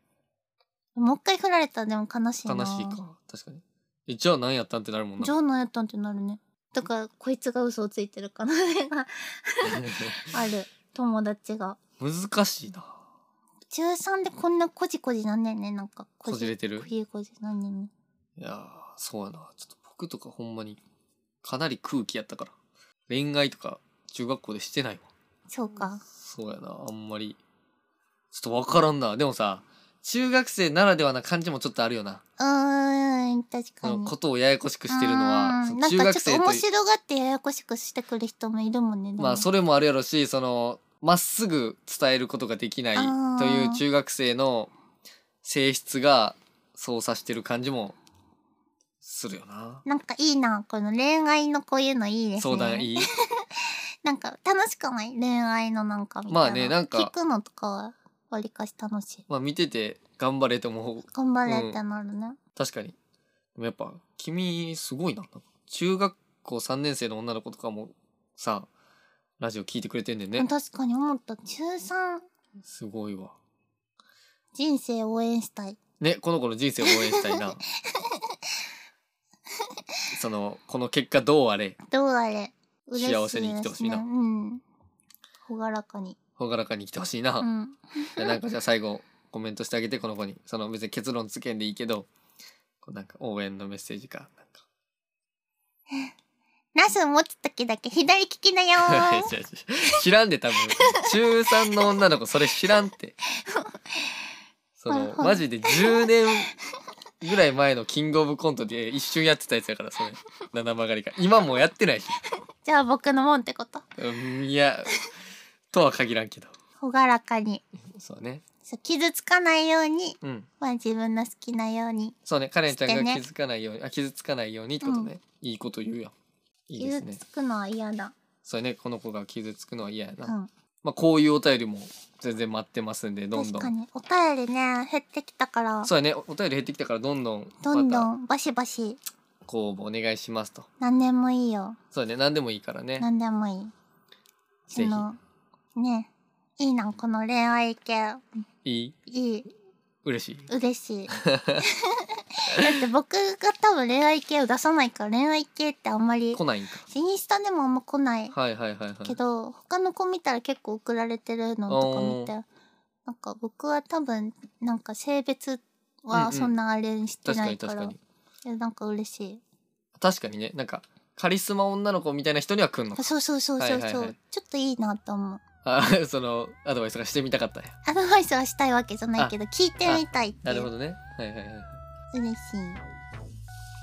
[SPEAKER 1] もう一回振られたらでも悲しいな。
[SPEAKER 2] はい。悲しいか。確かに。えじゃあ何やったんってなるもん
[SPEAKER 1] じゃ
[SPEAKER 2] な。
[SPEAKER 1] あ何やったんってなるね。だから、こいつが嘘をついてる可能性
[SPEAKER 2] <laughs>
[SPEAKER 1] がある。友達が。
[SPEAKER 2] <laughs> 難しいな。
[SPEAKER 1] 中3でこんなこじこじなんねんね。なんか、
[SPEAKER 2] こじれてる
[SPEAKER 1] こじこじなんねんね。
[SPEAKER 2] いやーそうやなちょっと僕とかほんまにかなり空気やったから恋愛とか中学校でしてないわ
[SPEAKER 1] そうか。
[SPEAKER 2] そうやなあんまりちょっとわからんなでもさ中学生ならではな感じもちょっとあるよな
[SPEAKER 1] うーん、確か
[SPEAKER 2] その
[SPEAKER 1] に。
[SPEAKER 2] ことをややこしくしてるのは
[SPEAKER 1] う
[SPEAKER 2] そ
[SPEAKER 1] ん
[SPEAKER 2] の
[SPEAKER 1] なん
[SPEAKER 2] 中
[SPEAKER 1] か
[SPEAKER 2] 学
[SPEAKER 1] ちょ
[SPEAKER 2] 生
[SPEAKER 1] っと
[SPEAKER 2] と
[SPEAKER 1] 面
[SPEAKER 2] い
[SPEAKER 1] 白がってややこしくしてくる人もいるもんね。でも
[SPEAKER 2] まあそれもあるやろしそのまっすぐ伝えることができない
[SPEAKER 1] あー
[SPEAKER 2] という中学生の性質が操作してる感じもするよな。
[SPEAKER 1] なんかいいな、この恋愛のこういうのいいですね。
[SPEAKER 2] 相談いい
[SPEAKER 1] なんか楽しくない恋愛のなんかみたいな。
[SPEAKER 2] まあねなんか
[SPEAKER 1] 聞くのとかは、わりかし楽しい。
[SPEAKER 2] まあ見てて頑張れと思う
[SPEAKER 1] 頑張れってなるね。
[SPEAKER 2] 確かにでもやっぱ君すごいななんか中学校3年生の女の子とかもさラジオ聞いてくれてんねんね
[SPEAKER 1] 確かに思った。中3、
[SPEAKER 2] すごいわ
[SPEAKER 1] 人生応援したい。
[SPEAKER 2] ねこの子の人生を応援した
[SPEAKER 1] <laughs>
[SPEAKER 2] いなそのこの結果どうあれ
[SPEAKER 1] どうあれ。嬉しいですね
[SPEAKER 2] 幸せに生きてほしいな
[SPEAKER 1] うん。朗らかに。
[SPEAKER 2] 朗らかに生きてほしいな、
[SPEAKER 1] うん。
[SPEAKER 2] じゃあなんかじゃあ最後コメントしてあげてこの子にその別に結論つけんでいいけどこうなんか応援のメッセージかなんか
[SPEAKER 1] ナス持つときだけ左利きだよ
[SPEAKER 2] <laughs> いや
[SPEAKER 1] ー。
[SPEAKER 2] 違う違う知らんで多分中3の女の子それ知らんってそ
[SPEAKER 1] はい
[SPEAKER 2] の
[SPEAKER 1] はい
[SPEAKER 2] マジで10年ぐらい前のキングオブコントで一瞬やってたやつやからそれ七曲がりが今もうやってないし
[SPEAKER 1] じゃあ僕のもんってこと。
[SPEAKER 2] うんいやとは限らんけど
[SPEAKER 1] 朗らかに。
[SPEAKER 2] そうね
[SPEAKER 1] そう傷つかないように、
[SPEAKER 2] うん
[SPEAKER 1] まあ自分の好きなように。
[SPEAKER 2] そうねカレンちゃん
[SPEAKER 1] して
[SPEAKER 2] が
[SPEAKER 1] ね
[SPEAKER 2] 気づかないように、あ傷つかないようにってことね、いいこと言うやんいいですね
[SPEAKER 1] 傷つくのは嫌だ。
[SPEAKER 2] そうねこの子が傷つくのは嫌やな、
[SPEAKER 1] うん。
[SPEAKER 2] まあこういうお便りも全然待ってますんでどん
[SPEAKER 1] 確
[SPEAKER 2] ど
[SPEAKER 1] か
[SPEAKER 2] ん
[SPEAKER 1] に。お便りね、減ってきたから、
[SPEAKER 2] そうやねおお便り減ってきたからどんどん
[SPEAKER 1] どんど
[SPEAKER 2] また
[SPEAKER 1] んバシバシ、
[SPEAKER 2] 公募お願いしますと
[SPEAKER 1] 何でもいいよ。
[SPEAKER 2] そうね何でもいいからね
[SPEAKER 1] 何でもいい。そ
[SPEAKER 2] ぜ
[SPEAKER 1] の、ね、いいな、この恋愛系。
[SPEAKER 2] ひいい
[SPEAKER 1] いい。
[SPEAKER 2] 嬉しい
[SPEAKER 1] 嬉しい。だって僕が多分恋愛系を出さないから恋愛系ってあんまり
[SPEAKER 2] 来ないんか
[SPEAKER 1] インスタでもあんま来ない
[SPEAKER 2] はいはいはいはい
[SPEAKER 1] けど、他の子見たら結構送られてるのとか見てなんか僕は多分なんか性別
[SPEAKER 2] うんう
[SPEAKER 1] は
[SPEAKER 2] ん
[SPEAKER 1] そんなあれにして
[SPEAKER 2] 確
[SPEAKER 1] な
[SPEAKER 2] かに
[SPEAKER 1] いから、
[SPEAKER 2] 確かに
[SPEAKER 1] いやなんか嬉しい
[SPEAKER 2] 確かにねなんかカリスマ女の子みたいな人には来んの
[SPEAKER 1] あそうそうそうそうそう、
[SPEAKER 2] はいはいはい
[SPEAKER 1] ちょっといいなと思う
[SPEAKER 2] あそのアドバイスがしてみたかったんや
[SPEAKER 1] アドバイスはしたいわけじゃないけど聞いてみたいって
[SPEAKER 2] な
[SPEAKER 1] いう
[SPEAKER 2] るほどねはいはいはい
[SPEAKER 1] 嬉しい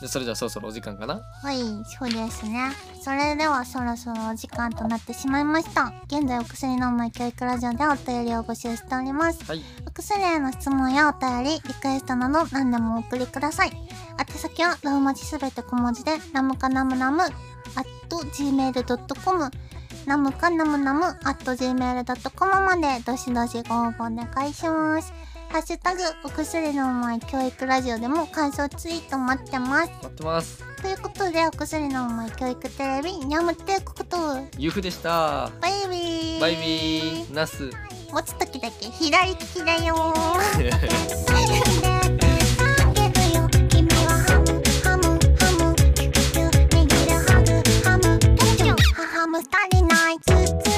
[SPEAKER 2] でそれじゃあそろそろお時間かな
[SPEAKER 1] はい、そうですね。それではそろそろお時間となってしまいました。現在お薬飲まない教育ラジオでお便りを募集しております。
[SPEAKER 2] はい
[SPEAKER 1] お薬への質問やお便り、リクエストなど何でもお送りください。宛先はローマ字すべて小文字で、ナムカナムナム、at gmail.com、ナムカナムナム、at gmail.com まで、どしどしご応募お願いします。ハッシュタグ、お薬のうまい教育ラジオでも感想ツイート待ってます。
[SPEAKER 2] 待ってます
[SPEAKER 1] ということで、お薬のうまい教育テレビ、にゃむってこと、
[SPEAKER 2] ゆうふでした
[SPEAKER 1] バイビー
[SPEAKER 2] バイビーナス
[SPEAKER 1] 持つときだけ左利きだよ <laughs> ー。「だけどよ君はハムハムハム」「キュキュ握るハムハム」「ハムスターにないつつ